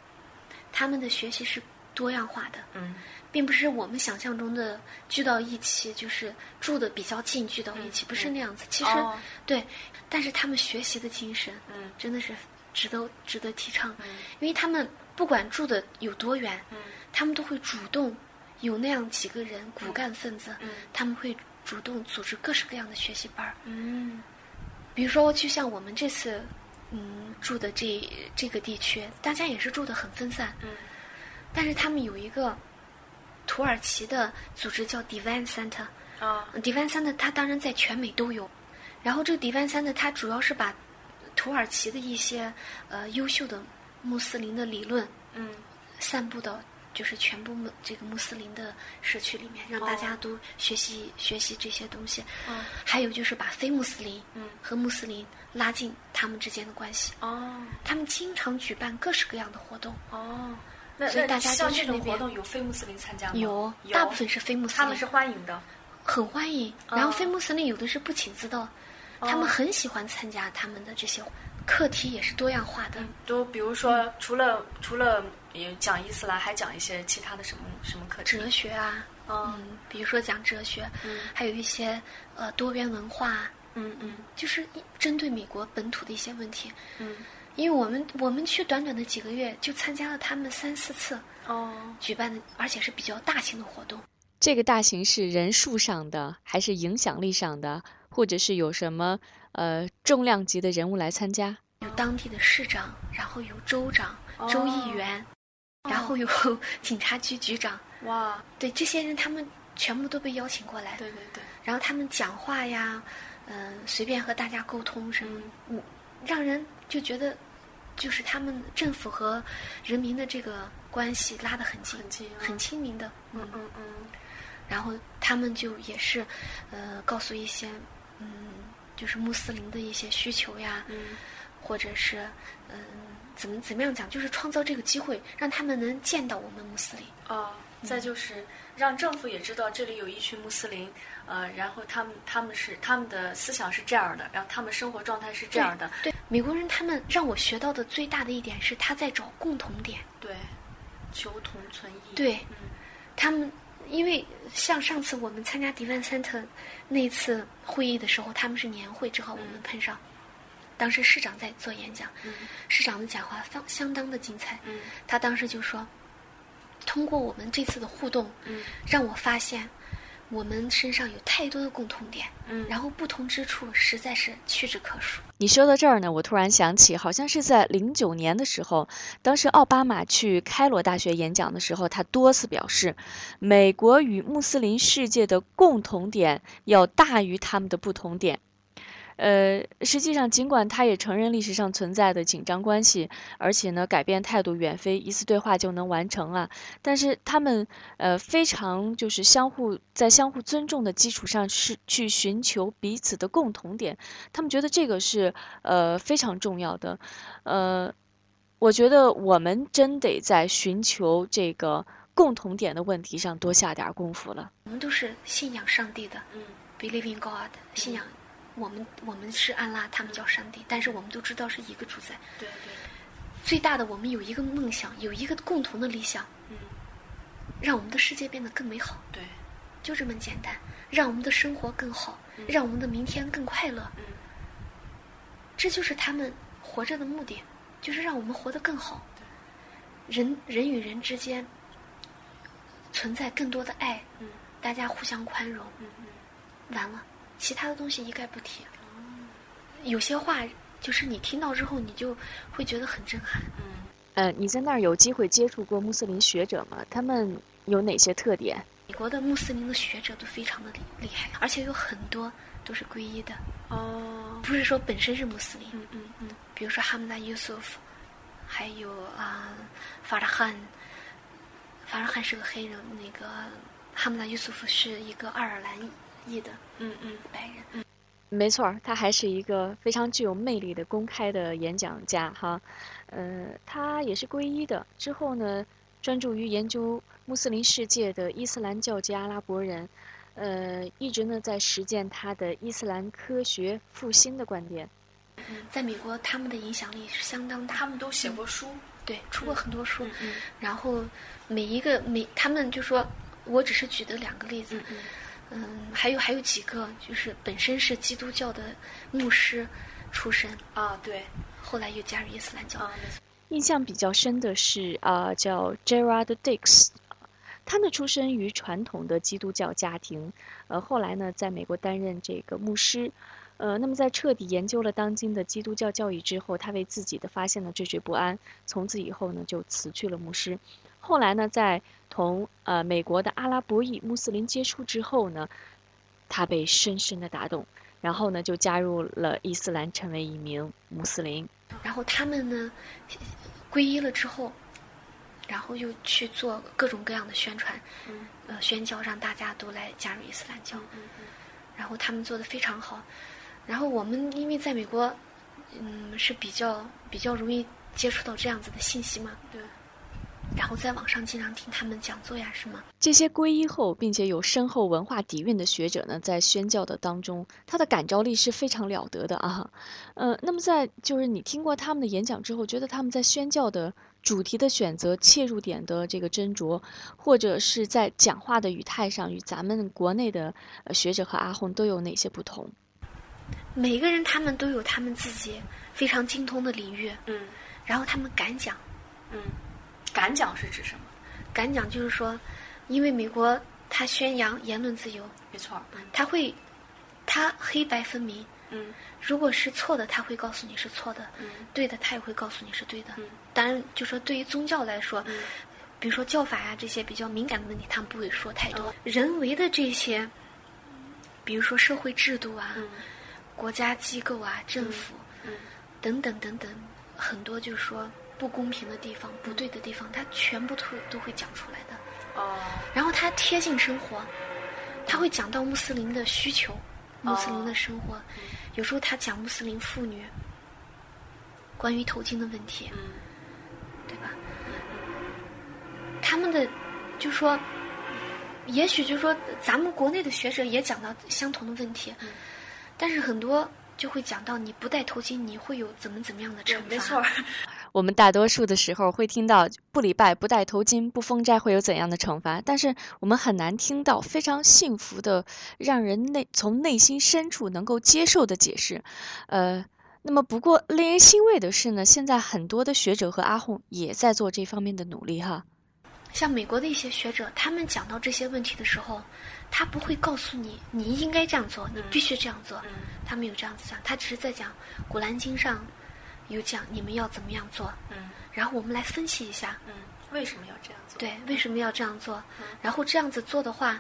他们的学习是多样化的，
嗯
并不是我们想象中的聚到一起就是住的比较近，聚到一起、不是那样子。其实、
嗯哦
对，但是他们学习的精神
嗯
真的是值得值得提倡，
嗯
因为他们不管住的有多远，
嗯
他们都会主动有那样几个人骨干分子，
嗯
他们会主动组织各式各样的学习班儿。
嗯
比如说，就像我们这次，嗯，住的这这个地区，大家也是住的很分散，
嗯
但是他们有一个土耳其的组织叫 Divine Center。
啊
Divine Center 它当然在全美都有，然后这个 Divine Center 它主要是把土耳其的一些呃优秀的穆斯林的理论
嗯
散布到就是全部穆这个穆斯林的社区里面，让大
哦
家都学习、学习这些东西。
嗯
还有就是把非穆斯林
嗯
和穆斯林拉近他们之间的关系。
哦
他们经常举办各式各样的活动，
哦，那
所以
那
大家
像
都去
这种
那
活
边
动有非穆斯林参加吗？
有大部分是非穆斯林，
他们是欢迎的。
很欢迎。然后
哦
非穆斯林有的是不请自到，他们很喜欢参加他们的这些课题，也是多样化的。
都比如说，除了除了也讲伊斯兰，还讲一些其他的什么什么课程？
哲学啊，
嗯
嗯，比如说讲哲学，
嗯
还有一些呃多元文化啊，
嗯嗯
就是一针对美国本土的一些问题。
嗯
因为我们我们去短短的几个月就参加了他们三四次
哦，
举办的，而且是比较大型的活动。
这个大型是人数上的，还是影响力上的，或者是有什么呃重量级的人物来参加？
有当地的市长，然后有州长、
哦
州议员，然后有 警察局局长，
哇，
对这些人，他们全部都被邀请过来，
对对对，
然后他们讲话呀，嗯、随便和大家沟通什么，嗯，让人就觉得，就是他们政府和人民的这个关系拉得很近，
很近啊
很亲民的，
嗯嗯嗯
然后他们就也是，呃，告诉一些，嗯，就是穆斯林的一些需求呀，
嗯
或者是，嗯、怎么怎么样讲，就是创造这个机会，让他们能见到我们穆斯林。
哦，再就是让政府也知道这里有一群穆斯林，呃，然后他们他们是他们的思想是这样的，然后他们生活状态是这样的，
对美国人，他们让我学到的最大的一点是，他在找共同点。
对，求同存异，
对
嗯
他们因为像上次我们参加迪万三特那次会议的时候，他们是年会，正好我们碰上。当时市长在做演讲，
嗯
市长的讲话相相当的精彩。
嗯
他当时就说，通过我们这次的互动，
嗯
让我发现我们身上有太多的共同点，
嗯，
然后不同之处实在是屈指可数。
你说到这儿呢，我突然想起，好像是在零九年的时候，当时奥巴马去开罗大学演讲的时候，他多次表示，美国与穆斯林世界的共同点要大于他们的不同点。呃，实际上，尽管他也承认历史上存在的紧张关系，而且呢，改变态度远非一次对话就能完成啊，但是他们呃非常就是相互在相互尊重的基础上是去寻求彼此的共同点，他们觉得这个是呃非常重要的，呃，我觉得我们真得在寻求这个共同点的问题上多下点儿功夫了。
我们都是信仰上帝的
嗯
，believe in God，信仰。我们我们是安拉，
嗯
他们叫上帝，但是我们都知道是一个主宰。
对对，
最大的，我们有一个梦想，有一个共同的理想，
嗯
让我们的世界变得更美好，
对，
就这么简单。让我们的生活更好，让我们的明天更快乐。
嗯
这就是他们活着的目的，就是让我们活得更好。人人与人之间存在更多的爱，
嗯
大家互相宽容。
嗯嗯
完了，其他的东西一概不提。有些话就是你听到之后，你就会觉得很震撼。
嗯。
呃，你在那儿有机会接触过穆斯林学者吗？他们有哪些特点？
美国的穆斯林的学者都非常的厉厉害，而且有很多都是皈依的，
哦，
不是说本身是穆斯林。
嗯嗯嗯
比如说哈姆达·尤索夫，还有啊、法拉汉，法拉汉是个黑人，那个哈姆达·尤索夫是一个爱尔兰裔的
嗯嗯
白人。
没错儿，他还是一个非常具有魅力的公开的演讲家哈。呃，他也是皈依的，之后呢，专注于研究穆斯林世界的伊斯兰教籍阿拉伯人，呃，一直呢在实践他的伊斯兰科学复兴的观点。
在美国，他们的影响力是相当
嗯
大，嗯
他们都写过书，
对出过很多书，
嗯
然后每一个每他们就说，我只是举的两个例子，
嗯
嗯，还有还有几个就是本身是基督教的牧师出身，
啊，对，
后来又加入伊斯兰教，
啊，没错，
印象比较深的是啊、呃叫 Gerard Dix，他呢出身于传统的基督教家庭，呃，后来呢在美国担任这个牧师，呃，那么在彻底研究了当今的基督教教义之后，他为自己的发现呢惴惴不安，从此以后呢就辞去了牧师。后来呢，在同呃美国的阿拉伯裔穆斯林接触之后呢，他被深深的打动，然后呢就加入了伊斯兰，成为一名穆斯林。
然后他们呢皈依了之后，然后又去做各种各样的宣传，
嗯
呃，宣教让大家都来加入伊斯兰教，然后他们做的非常好。然后我们因为在美国，嗯，是比较比较容易接触到这样子的信息嘛，
对，
然后在网上经常听他们讲座呀什么，
这些皈依后并且有深厚文化底蕴的学者呢，在宣教的当中，他的感召力是非常了得的啊。呃，那么在就是你听过他们的演讲之后，觉得他们在宣教的主题的选择、切入点的这个斟酌，或者是在讲话的语态上，与咱们国内的呃学者和阿訇都有哪些不同？
每个人他们都有他们自己非常精通的领域，
嗯
然后他们敢讲。
嗯，敢讲是指什么？
敢讲就是说，因为美国它宣扬言论自由，
没错，嗯
它会，它黑白分明。
嗯
如果是错的，它会告诉你是错的；
嗯
对的，它也会告诉你是对的。
嗯
当然，就说对于宗教来说，
嗯
比如说教法呀、这些比较敏感的问题，他们不会说太多。
哦
人为的这些，比如说社会制度啊、
嗯
国家机构啊、政府、
嗯
等等等等，很多就是说不公平的地方、
嗯
不对的地方，他全部都都会讲出来的。
哦嗯
然后他贴近生活，他会讲到穆斯林的需求，穆斯
哦
林的生活，
嗯
有时候他讲穆斯林妇女关于头巾的问题，
嗯
对吧？他们的就说，也许就说咱们国内的学者也讲到相同的问题，
嗯
但是很多就会讲到你不戴头巾你会有怎么怎么样的惩
对没
罚，
错，
我们大多数的时候会听到不礼拜、不戴头巾、不封斋会有怎样的惩罚，但是我们很难听到非常幸福的、让人内从内心深处能够接受的解释。呃，那么不过令人欣慰的是呢，现在很多的学者和阿訇也在做这方面的努力哈。
像美国的一些学者，他们讲到这些问题的时候，他不会告诉你你应该这样做，你必须这样做。
嗯
他们有这样子讲，他只是在讲《古兰经》上有讲你们要怎么样做，
嗯
然后我们来分析一下，
嗯，为什么要这样做？
对，为什么要这样做？然后这样子做的话，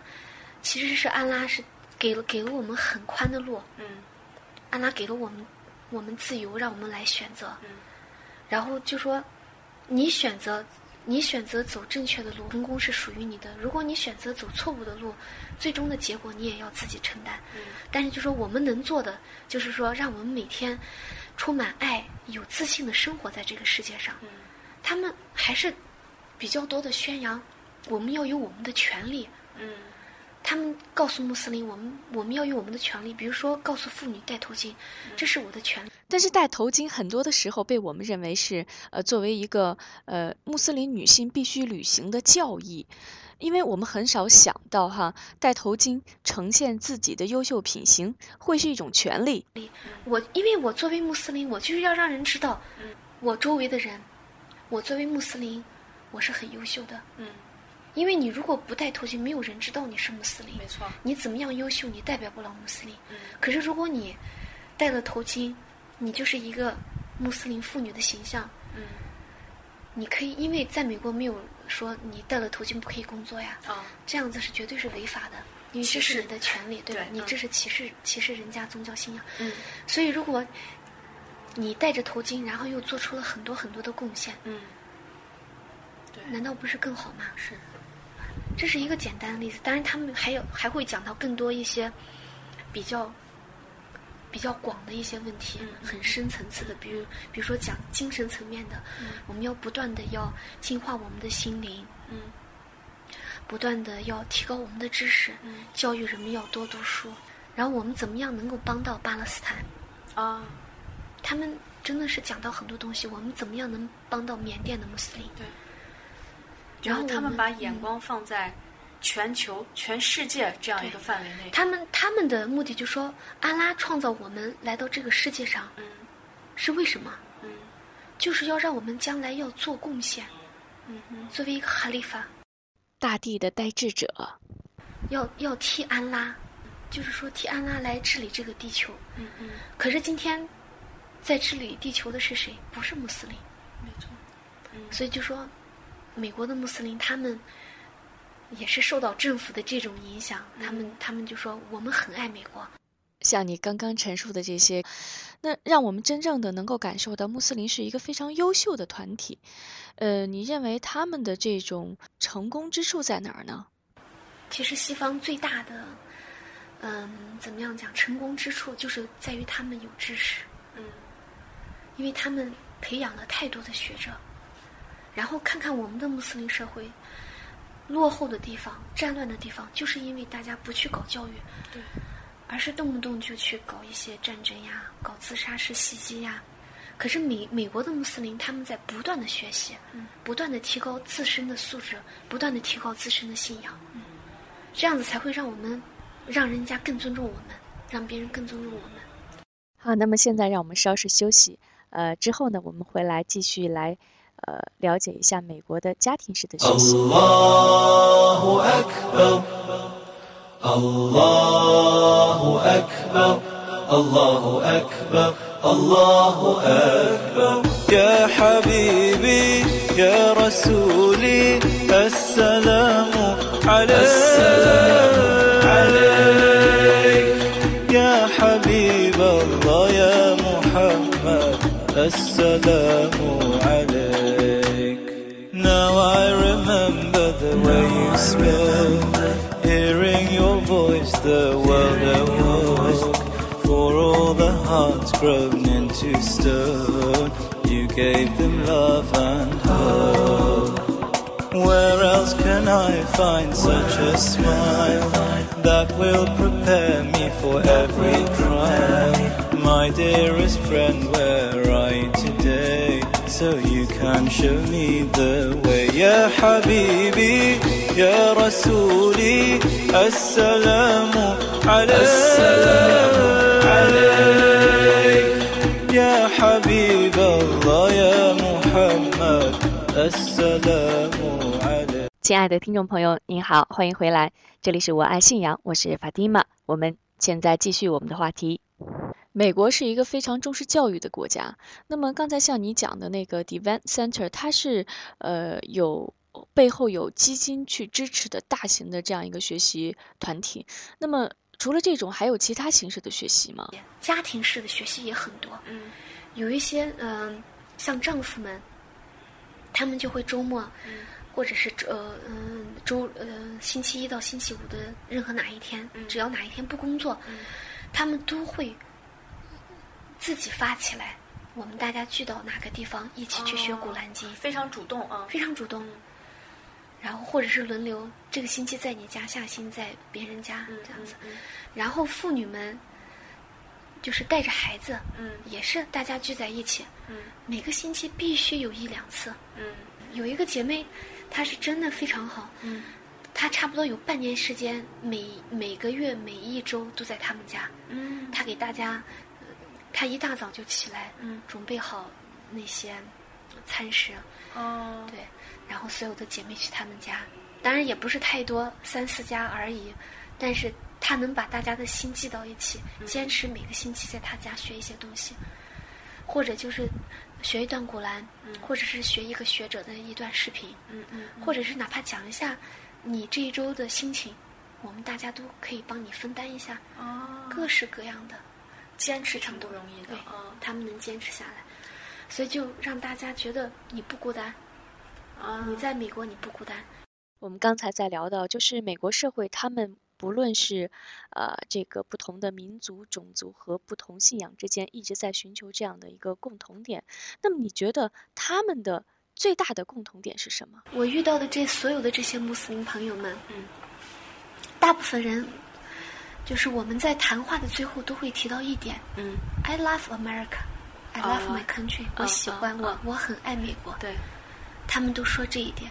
其实是安拉是给了给了我们很宽的路，
嗯
安拉给了我们我们自由，让我们来选择。
嗯
然后就说，你选择，你选择走正确的路，成功是属于你的；如果你选择走错误的路，最终的结果你也要自己承担。
嗯
但是就说我们能做的，就是说让我们每天充满爱、有自信的生活在这个世界上。
嗯
他们还是比较多的宣扬我们要有我们的权利。
嗯
他们告诉穆斯林，我们我们要有我们的权利，比如说告诉妇女戴头巾，
嗯
这是我的权利。
但是戴头巾很多的时候被我们认为是呃作为一个呃穆斯林女性必须履行的教义，因为我们很少想到哈戴头巾呈现自己的优秀品行会是一种权利。
我因为我作为穆斯林，我就是要让人知道
嗯，
我周围的人，我作为穆斯林，我是很优秀的。
嗯，
因为你如果不戴头巾，没有人知道你是穆斯林
没。错，
你怎么样优秀，你代表不了穆斯林。
嗯
可是如果你戴了头巾，你就是一个穆斯林妇女的形象。
嗯
你可以，因为在美国没有说你戴了头巾不可以工作呀，
啊，
这样子是绝对是违法的，因为
歧
这是
视
你的权利，对吧？
对
你
嗯
这是歧视歧视人家宗教信仰。
嗯
所以如果你戴着头巾，然后又做出了很多很多的贡献，
嗯，
难道不是更好吗？
是，
这是一个简单的例子。当然，他们还有还会讲到更多一些比较比较广的一些问题，
嗯
很深层次的，比如比如说讲精神层面的，我们要不断的要净化我们的心灵，
嗯
不断的要提高我们的知识，
嗯
教育人们要多读书。然后我们怎么样能够帮到巴勒斯坦？
啊，
他们真的是讲到很多东西，我们怎么样能帮到缅甸的穆斯林？
对。然
然后
后他
我
们嗯把眼光放在全球、全世界这样一个范围内。
他们他们的目的就说，阿拉创造我们来到这个世界上
嗯
是为什么？
嗯
就是要让我们将来要做贡献，
嗯嗯
作为一个哈利法，
大地的呆滞者，
要要替安拉，就是说替安拉来治理这个地球。
嗯嗯，
可是今天，在治理地球的是谁？不是穆斯林，
没错。嗯
所以就说，美国的穆斯林他们也是受到政府的这种影响，他
嗯
们他们就说我们很爱美国，
像你刚刚陈述的这些，那让我们真正的能够感受到穆斯林是一个非常优秀的团体。呃，你认为他们的这种成功之处在哪儿呢？
其实西方最大的，嗯，怎么样讲，成功之处就是在于他们有知识，
嗯
因为他们培养了太多的学者。然后看看我们的穆斯林社会，落后的地方、战乱的地方，就是因为大家不去搞教育，
对，
而是动不动就去搞一些战争呀、搞自杀式袭击呀。可是美美国的穆斯林他们在不断的学习，
嗯
不断的提高自身的素质，不断的提高自身的信仰，这样子才会让我们，让人家更尊重我们，让别人更尊重我们。
好，那么现在让我们稍事休息，呃，之后呢，我们回来继续来，呃，了解一下美国的家庭式的学习。
الله أكبر الله أكبر الله أكبر الله أكبر يا حبيبي يا رسولي السلام عليك السلام عليك يا حبيب الله يا محمد السلام عليك Now I remember the way you spoke Hearing your voice the world awoke For all the hearts grown into stone You gave them love and hope Where else can I find such a smile that will prepare me for every trial? My dearest friend, where are you today? So you can show me the way. Ya Habibi, Ya Rasuli, Assalamu alayk. يا حبيب الله يا محمد السلام عليك
亲爱的听众朋友，您好，欢迎回来，这里是我爱信仰，我是法蒂玛。我们现在继续我们的话题。美国是一个非常重视教育的国家。那么刚才像你讲的那个 Devent Center，它是呃有背后有基金去支持的大型的这样一个学习团体。那么除了这种，还有其他形式的学习吗？
家庭式的学习也很多，
嗯
有一些嗯、像丈夫们，他们就会周末，
嗯
或者是呃嗯周呃星期一到星期五的任何哪一天，
嗯
只要哪一天不工作，
嗯
他们都会自己发起来，我们大家聚到哪个地方一起去学古兰经，
非常主动啊。
非常主动。然后或者是轮流，这个星期在你家，下星期在别人家
嗯
这样
嗯
子。
嗯
然后妇女们就是带着孩子，
嗯
也是大家聚在一起，
嗯
每个星期必须有一两次。
嗯
有一个姐妹，她是真的非常好，
嗯
她差不多有半年时间，每每个月每一周都在他们家，
嗯
她给大家，呃她一大早就起来，
嗯
准备好那些餐食，
哦
对，然后所有的姐妹去他们家，当然也不是太多，三四家而已，但是她能把大家的心系到一起，坚持每个星期在她家学一些东西，或者就是学一段古兰，或者是学一个学者的一段视频，
嗯嗯
或者是哪怕讲一下你这一周的心情，我们大家都可以帮你分担一下，
哦，
各式各样的。
坚持挺不容易的
对
啊，
他们能坚持下来，所以就让大家觉得你不孤单，
啊
你在美国你不孤单。
我们刚才在聊到，就是美国社会，他们不论是呃这个不同的民族、种族和不同信仰之间，一直在寻求这样的一个共同点。那么你觉得他们的最大的共同点是什么？
我遇到的这所有的这些穆斯林朋友们，
嗯，
大部分人就是我们在谈话的最后都会提到一点
嗯
：I love America, I love
啊
my country、
啊
我喜欢我，
啊
我很爱美国。
对
他们都说这一点，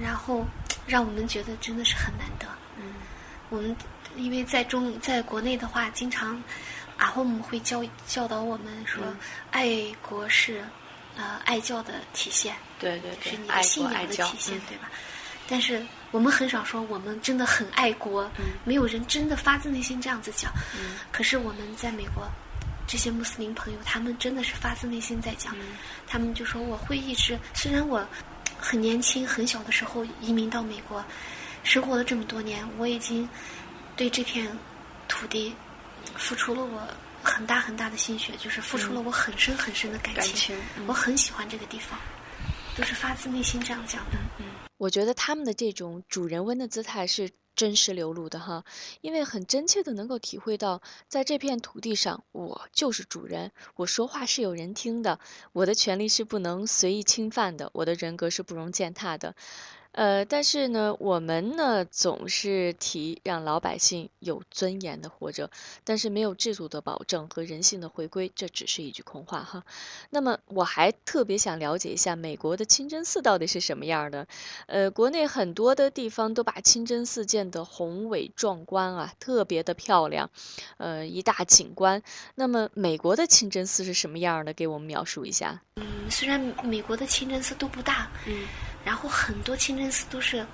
然后让我们觉得真的是很难得。
嗯
我们因为在中在国内的话，经常阿后姆会教教导我们说，
嗯
爱国是呃爱教的体现。
对对
是你
对，
的
爱
信
国
仰
爱
的
教
体，现
嗯，
对吧？但是我们很少说我们真的很爱国，
嗯
没有人真的发自内心这样子讲。
嗯
可是我们在美国，这些穆斯林朋友，他们真的是发自内心在讲，
嗯
他们就说我会一直，虽然我很年轻、很小的时候移民到美国，生活了这么多年，我已经对这片土地付出了我很大很大的心血，就是付出了我很深很深的感
嗯感
情。
情，嗯
我很喜欢这个地方，都是发自内心这样讲的。
我觉得他们的这种主人翁的姿态是真实流露的哈，因为很真切的能够体会到，在这片土地上，我就是主人，我说话是有人听的，我的权利是不能随意侵犯的，我的人格是不容践踏的。呃，但是呢，我们呢总是提让老百姓有尊严的活着，但是没有制度的保证和人性的回归，这只是一句空话哈。那么我还特别想了解一下美国的清真寺到底是什么样儿的。呃，国内很多的地方都把清真寺建得宏伟壮观啊，特别的漂亮，呃，一大景观。那么美国的清真寺是什么样儿的？给我们描述一下。
嗯，虽然美国的清真寺都不大，
嗯
然后很多清真寺都是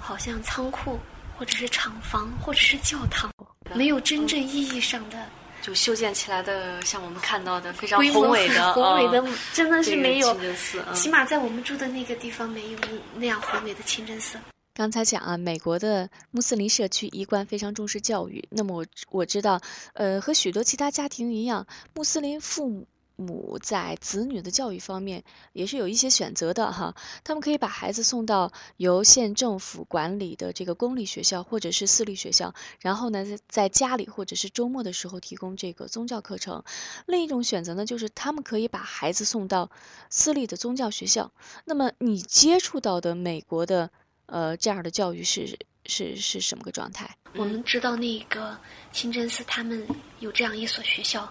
好像仓库或者是厂房或者是教堂，没有真正意义上的
就修建起来的，像我们看到的非常
规模
宏伟的、
宏伟的
嗯，
真的是没
这
有
个清。真寺，嗯
起码在我们住的那个地方没有那样宏伟的清真寺。
嗯
刚才讲啊，美国的穆斯林社区一贯非常重视教育。那么我我知道，呃，和许多其他家庭一样，穆斯林父母在子女的教育方面也是有一些选择的哈。他们可以把孩子送到由县政府管理的这个公立学校或者是私立学校，然后呢，在在家里或者是周末的时候提供这个宗教课程。另一种选择呢，就是他们可以把孩子送到私立的宗教学校。那么你接触到的美国的呃这样的教育是是是什么个状态？
我们知道那个清真寺他们有这样一所学校，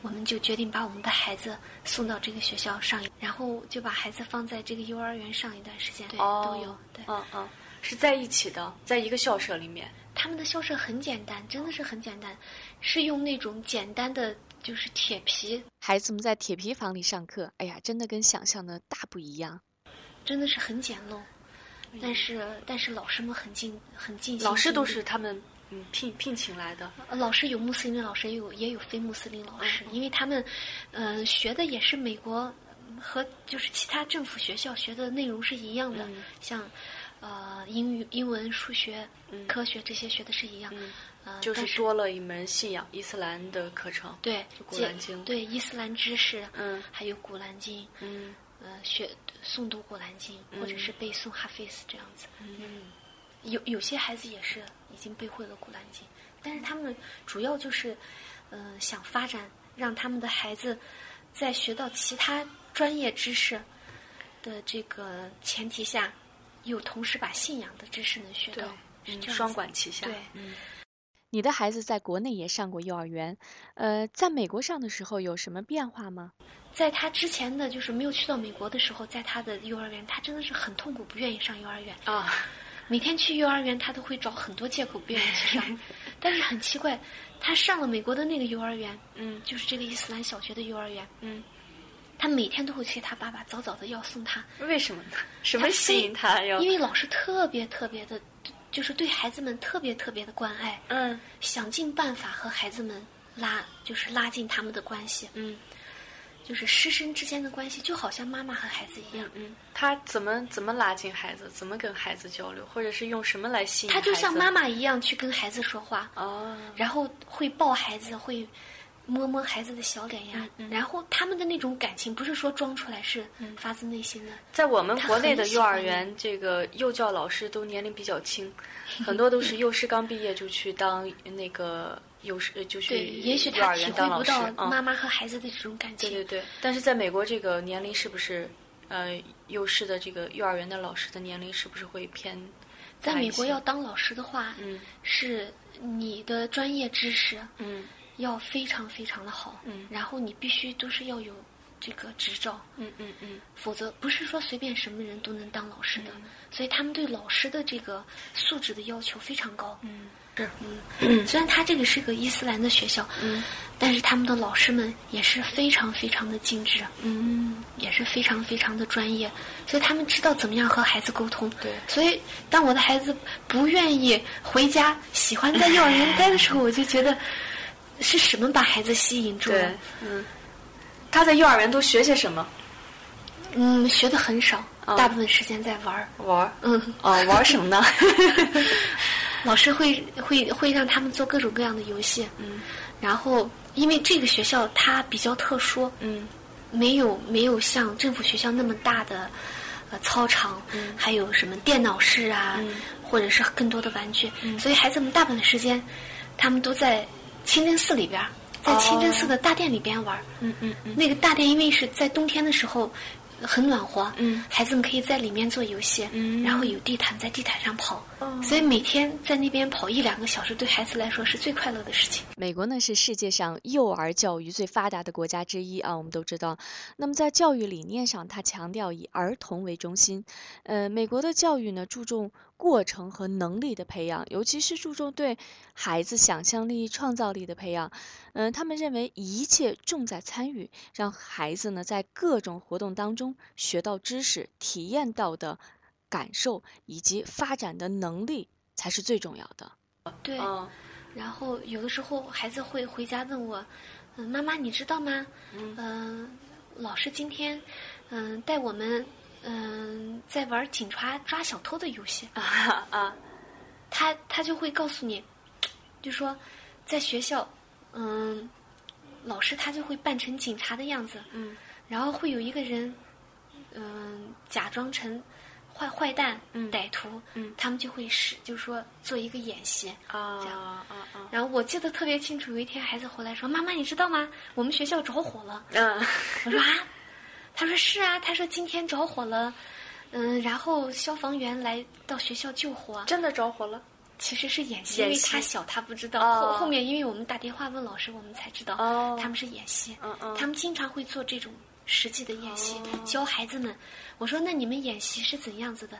我们就决定把我们的孩子送到这个学校上一，然后就把孩子放在这个幼儿园上一段时间，对，
哦
都有。对，
嗯嗯，是在一起的，在一个校舍里面，
他们的校舍很简单，真的是很简单，是用那种简单的就是铁皮，
孩子们在铁皮房里上课，哎呀，真的跟想象的大不一样。
真的是很简陋，但是但是老师们很尽很尽心，
老师都是他们嗯聘聘请来的，
呃老师有穆斯林老师，也有也有非穆斯林老师，嗯因为他们，呃，学的也是美国嗯和就是其他政府学校学的内容是一样的，
嗯
像，呃，英语、英文、数学、
嗯
科学这些学的是一样，
嗯，
呃，
就
但
是多了一门信仰伊斯兰的课程，
对
就古
解
兰经
对伊斯兰知识，
嗯
还有古兰经，
嗯
呃，学诵读古兰经，或者
嗯
是背诵哈菲斯这样子。
嗯
有有些孩子也是已经背会了古兰经，但是他们主要就是，呃，想发展让他们的孩子在学到其他专业知识的这个前提下，又同时把信仰的知识能学到，是
嗯
这样
双
子
管齐下。嗯
对，
你的孩子在国内也上过幼儿园，呃，在美国上的时候有什么变化吗？
在他之前的就是没有去到美国的时候，在他的幼儿园，他真的是很痛苦，不愿意上幼儿园。
啊，
每天去幼儿园，他都会找很多借口不愿意 去上。但是很奇怪，他上了美国的那个幼儿园，嗯，就是这个伊斯兰小学的幼儿园，
嗯，
他每天都会催他爸爸早早的要送他，
为什么 呢？什么吸引他要？
因为老师特别特别的，就是对孩子们特别特别的关爱，
嗯
想尽办法和孩子们拉，就是拉近他们的关系，
嗯
就是师生之间的关系，就好像妈妈和孩子一样。
嗯，他怎么怎么拉近孩子？怎么跟孩子交流？或者是用什么来吸引
他就像
嗯孩子
妈妈一样去跟孩子说话，
哦，
然后会抱孩子，会摸摸孩子的小脸呀。
嗯
然后他们的那种感情，不是说装出来，是发自内心的。
在我们
他
国内
很
的
喜
幼儿
欢你
园，这个幼教老师都年龄比较 轻，很多都是幼师刚毕业就去当那个幼师，呃就去
对，也许
幼
他
儿
体
园
会
当老
不
师
到
嗯
妈妈和孩子的这种感情。
对对对，但是在美国这个年龄是不是，呃，幼师的这个幼儿园的老师的年龄是不是会偏大
在
一些？
美国要当老师的话，
嗯
是你的专业知识
嗯
要非常非常的好，
嗯
然后你必须都是要有这个执照，
嗯嗯嗯
否则不是说随便什么人都能当老师的，所以他们对老师的这个素质的要求非常高。
嗯，
是，嗯，虽然他这个是个伊斯兰的学校，
嗯，
但是他们的老师们也是非常非常的精致，
嗯
也是非常非常的专业，所以他们知道怎么样和孩子沟通。
对
所以当我的孩子不愿意回家，喜欢在幼儿园待的时候，我就觉得是什么把孩子吸引住了
对？嗯，他在幼儿园都学些什么？
嗯，学的很少，
嗯
大部分时间在玩儿。
玩儿
嗯，
哦，玩儿什 么呢？
老师会会会让他们做各种各样的游戏，
嗯
然后因为这个学校它比较特殊，
嗯
没有没有像政府学校那么大的呃操场，还有什么电脑室啊，或者是更多的玩具，所以孩子们大部分时间他们都在清真寺里边儿，在清真寺的大殿里边玩儿。
嗯嗯嗯
那个大殿因为是在冬天的时候。呃很暖和，
嗯
孩子们可以在里面做游戏，
嗯哦
然后有地毯，在地毯上跑，所以每天在那边跑一两个小时，对孩子来说是最快乐的事情。
美国呢是世界上幼儿教育最发达的国家之一啊，我们都知道。那么在教育理念上，它强调以儿童为中心。呃，美国的教育呢注重过程和能力的培养，尤其是注重对孩子想象力、创造力的培养。嗯、他们认为一切重在参与，让孩子呢在各种活动当中学到知识、体验到的感受以及发展的能力才是最重要的。
对，
嗯
然后有的时候孩子会回家问我，嗯，妈妈你知道吗？嗯、老师今天，嗯、带我们，嗯、在玩警察抓小偷的游戏。
啊啊
他他就会告诉你，就说在学校，嗯，老师他就会扮成警察的样子，
嗯
然后会有一个人，嗯，假装成坏坏蛋、
嗯
歹徒，
嗯
他们就会是就说做一个演习，
啊
这样
啊啊！
然后我记得特别清楚，有一天孩子回来说：“妈妈，你知道吗？我们学校着火了。
嗯，”
我说：“啊。”他说：“是啊。”他说：“今天着火了，嗯，然后消防员来到学校救火，
真的着火了。
其实是演习，
演
因为
习
他小，他不知道。
哦
后后面因为我们打电话问老师，我们才知道
哦
他们是演习。
嗯嗯哦
他们经常会做这种实际的演习，教孩子们。我说：“那你们演习是怎样子的？”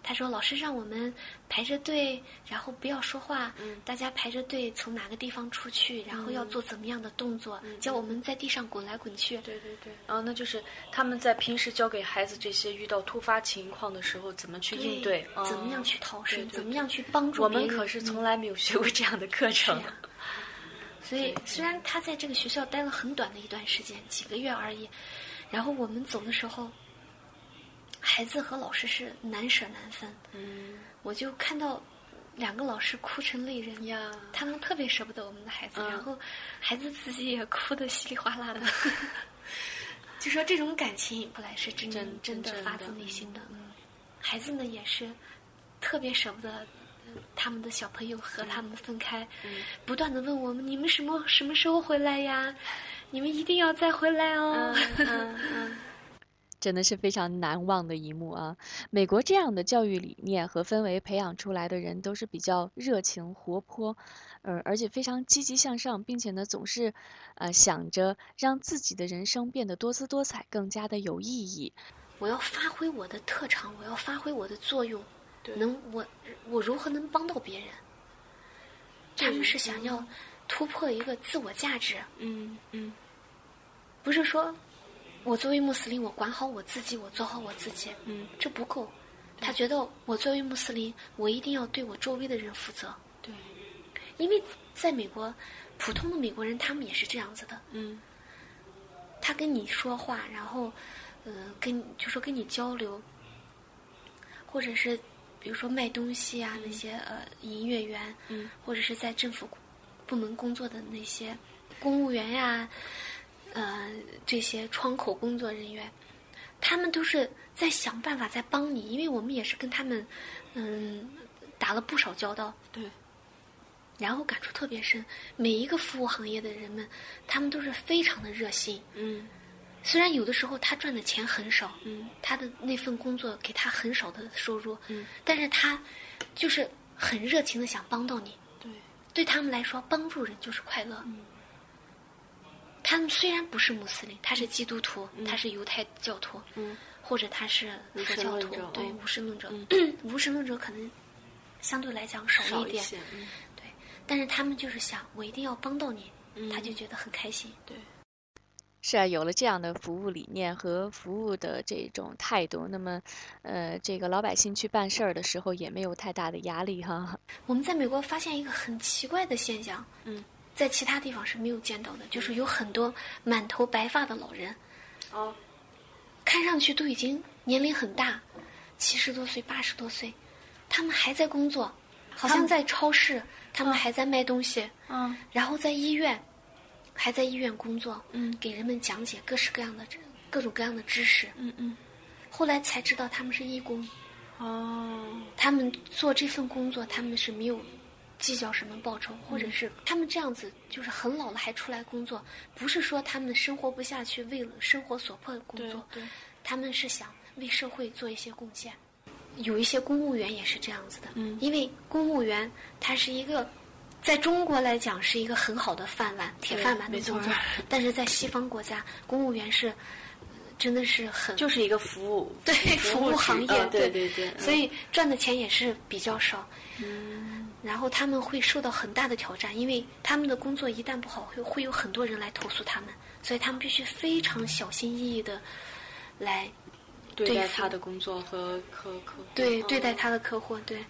他说：“老师让我们排着队，然后不要说话，
嗯
大家排着队从哪个地方出去，然后要做怎么样的动作，教我们在地上滚来滚去。
嗯对对对，啊，那就是他们在平时教给孩子这些遇到突发情况的时候怎么去应对，啊
怎么样去逃生，
对对对
怎么样去帮助
我
别
们
人。
可是从来没有学过这样的课程
是。呀所以虽然他在这个学校待了很短的一段时间，几个月而已，然后我们走的时候，孩子和老师是难舍难分。
嗯
我就看到两个老师哭成泪人，
呀，
他们特别舍不得我们的孩子，
嗯
然后孩子自己也哭得稀里哗啦的。就说这种感情本来是真
真
真的
真
发
的
自内心的，嗯，孩子呢也是特别舍不得呃他们的小朋友和他们分开，不断的问我们你们什么什么时候回来呀？你们一定要再回来哦。
真的是非常难忘的一幕啊！美国这样的教育理念和氛围培养出来的人都是比较热情、活泼，呃，而且非常积极向上，并且呢总是，呃，想着让自己的人生变得多姿多彩，更加的有意义。
我要发挥我的特长，我要发挥我的作用，能我我如何能帮到别人？他们是想要突破一个自我价值，
嗯嗯
不是说我作为穆斯林，我管好我自己，我做好我自己，
嗯，
这不够。他觉得我作为穆斯林，我一定要对我周围的人负责，
对，
因为在美国，普通的美国人他们也是这样子的，
嗯
他跟你说话，然后，呃，跟就说跟你交流，或者是比如说卖东西啊、那些呃营业员，
嗯
或者是在政府部门工作的那些公务员呀、呃这些窗口工作人员，他们都是在想办法在帮你，因为我们也是跟他们嗯打了不少交道，
对，
然后感触特别深。每一个服务行业的人们，他们都是非常的热心，
嗯
虽然有的时候他赚的钱很少，
嗯
他的那份工作给他很少的收入，
嗯
但是他就是很热情的想帮到你。
对，嗯
对他们来说，帮助人就是快乐。他们虽然不是穆斯林，他是基督徒，他是犹太教徒，
嗯
或者他是佛教
无神
徒
论者，
对
嗯
无神论者， 无神论者可能相对来讲少
少
一
一
点，
些，嗯
对，但是他们就是想我一定要帮到你，
嗯
他就觉得很开心。
是啊，有了这样的服务理念和服务的这种态度，那么，呃，这个老百姓去办事儿的时候也没有太大的压力哈。
我们在美国发现一个很奇怪的现象，
嗯，
在其他地方是没有见到的，就是有很多满头白发的老人，
哦，
看上去都已经年龄很大，七十多岁、八十多岁，他们还在工作，好像在超市，他们还在卖东西，
嗯
然后在医院，还在医院工作，
嗯
给人们讲解各式各样的知各种各样的知识。
嗯嗯
后来才知道他们是义工，
哦
他们做这份工作，他们是没有计较什么报酬，或者是他们这样子就是很老了还出来工作，不是说他们生活不下去，为了生活所迫工
对
作，
对
他们是想为社会做一些贡献。有一些公务员也是这样子的，
嗯
因为公务员他是一个。在中国来讲是一个很好的饭碗，铁饭碗的
没错
工作
儿，
但是在西方国家，公务员是，呃真的是很
就是一个服务，
对服务
职
行业，
啊对对对，
所以赚的钱也是比较少。嗯，然后他们会受到很大的挑战，因为他们的工作一旦不好，会会有很多人来投诉他们，所以他们必须非常小心翼翼的来
对待
对
他的工作和和客户，
对
嗯
对待他的客户，对，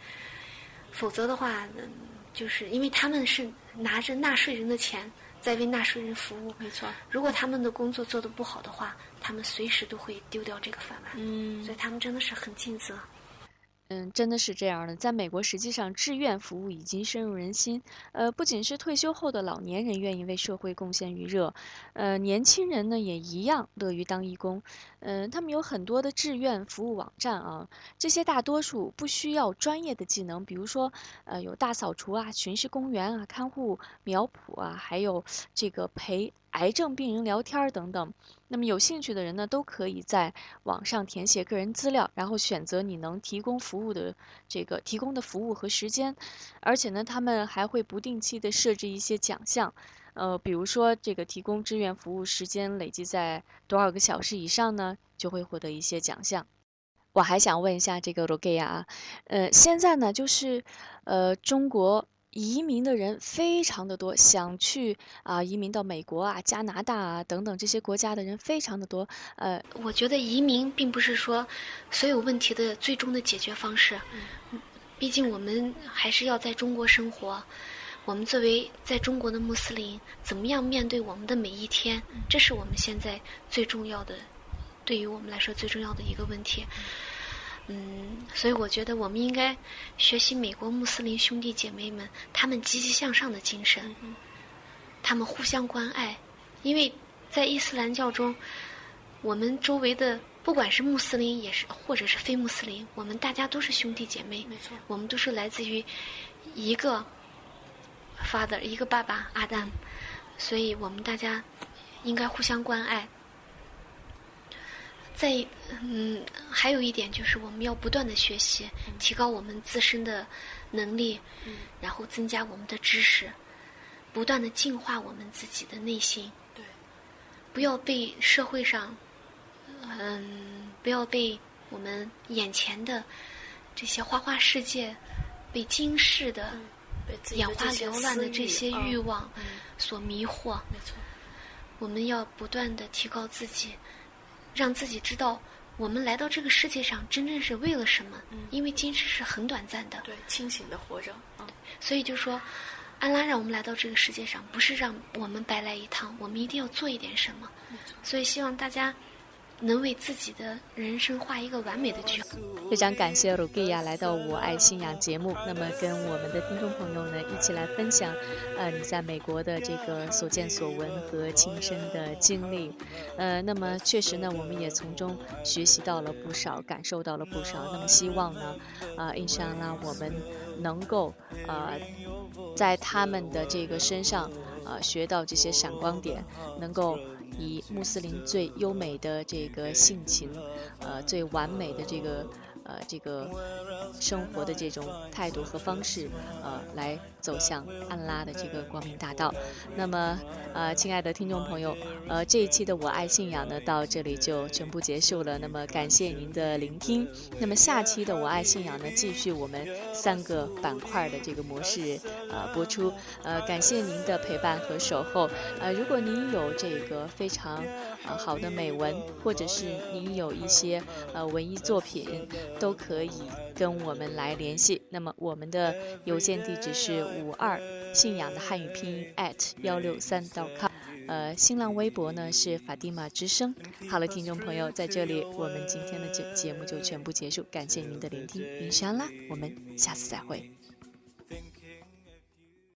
否则的话，嗯，就是因为他们是拿着纳税人的钱在为纳税人服务，
没错，
如果他们的工作做得不好的话，他们随时都会丢掉这个饭碗，
嗯
所以他们真的是很尽责。
嗯，真的是这样的。在美国，实际上志愿服务已经深入人心。呃，不仅是退休后的老年人愿意为社会贡献余热，呃，年轻人呢也一样乐于当义工。嗯、他们有很多的志愿服务网站啊，这些大多数不需要专业的技能，比如说，呃，有大扫除啊、巡视公园啊、看护苗圃啊，还有这个陪癌症病人聊天儿等等。那么有兴趣的人呢，都可以在网上填写个人资料，然后选择你能提供服务的这个提供的服务和时间，而且呢，他们还会不定期的设置一些奖项，呃，比如说这个提供志愿服务时间累计在多少个小时以上呢，就会获得一些奖项。我还想问一下这个罗盖亚啊，呃，现在呢，就是呃，中国移民的人非常的多，想去啊、移民到美国啊、加拿大啊等等这些国家的人非常的多，呃，
我觉得移民并不是说所有问题的最终的解决方式，毕竟我们还是要在中国生活。我们作为在中国的穆斯林，怎么样面对我们的每一天，这是我们现在最重要的，对于我们来说最重要的一个问题。嗯，所以我觉得我们应该学习美国穆斯林兄弟姐妹们他们积极向上的精神，他们互相关爱，因为在伊斯兰教中，我们周围的不管是穆斯林也是，或者是非穆斯林，我们大家都是兄弟姐妹，
没错，
我们都是来自于一个 father，一个爸爸阿丹，所以我们大家应该互相关爱。在嗯，还有一点就是我们要不断的学习，提高我们自身的能力，
嗯
然后增加我们的知识，不断的净化我们自己的内心。
对，
不要被社会上，嗯，不要被我们眼前的这些花花世界被今世的
被嗯自己
眼
的
花
这些
缭乱的
私
这
欲
些
啊
欲望所迷惑。
没错，
我们要不断的提高自己，让自己知道我们来到这个世界上真正是为了什么。
嗯
因为今世是很短暂的，
对，清醒的活着，嗯，
所以就说，安拉让我们来到这个世界上，不是让我们白来一趟，我们一定要做一点什么。所以希望大家能为自己的人生画一个完美的句号。
非常感谢鲁比亚来到《我爱信仰》节目，那么跟我们的听众朋友呢一起来分享，呃，你在美国的这个所见所闻和亲身的经历，呃，那么确实呢，我们也从中学习到了不少，感受到了不少。那么希望呢，啊、呃，印象呢，我们能够呃，在他们的这个身上呃学到这些闪光点，能够以穆斯林最优美的这个性情，呃，最完美的这个呃这个生活的这种态度和方式，呃，来走向安拉的这个光明大道。那么，呃，亲爱的听众朋友，呃，这一期的《我爱信仰》呢，到这里就全部结束了。那么，感谢您的聆听。那么，下期的《我爱信仰》呢，继续我们三个板块的这个模式呃播出。呃，感谢您的陪伴和守候。呃，如果您有这个非常呃好的美文，或者是您有一些呃文艺作品，都可以跟我们来联系。那么我们的邮件地址是五二信仰的汉语拼音 at 幺六三 .com。呃，新浪微博呢是法蒂玛之声。好了，听众朋友，在这里我们今天的节节目就全部结束，感谢您的聆听，云山啦，我们下次再会。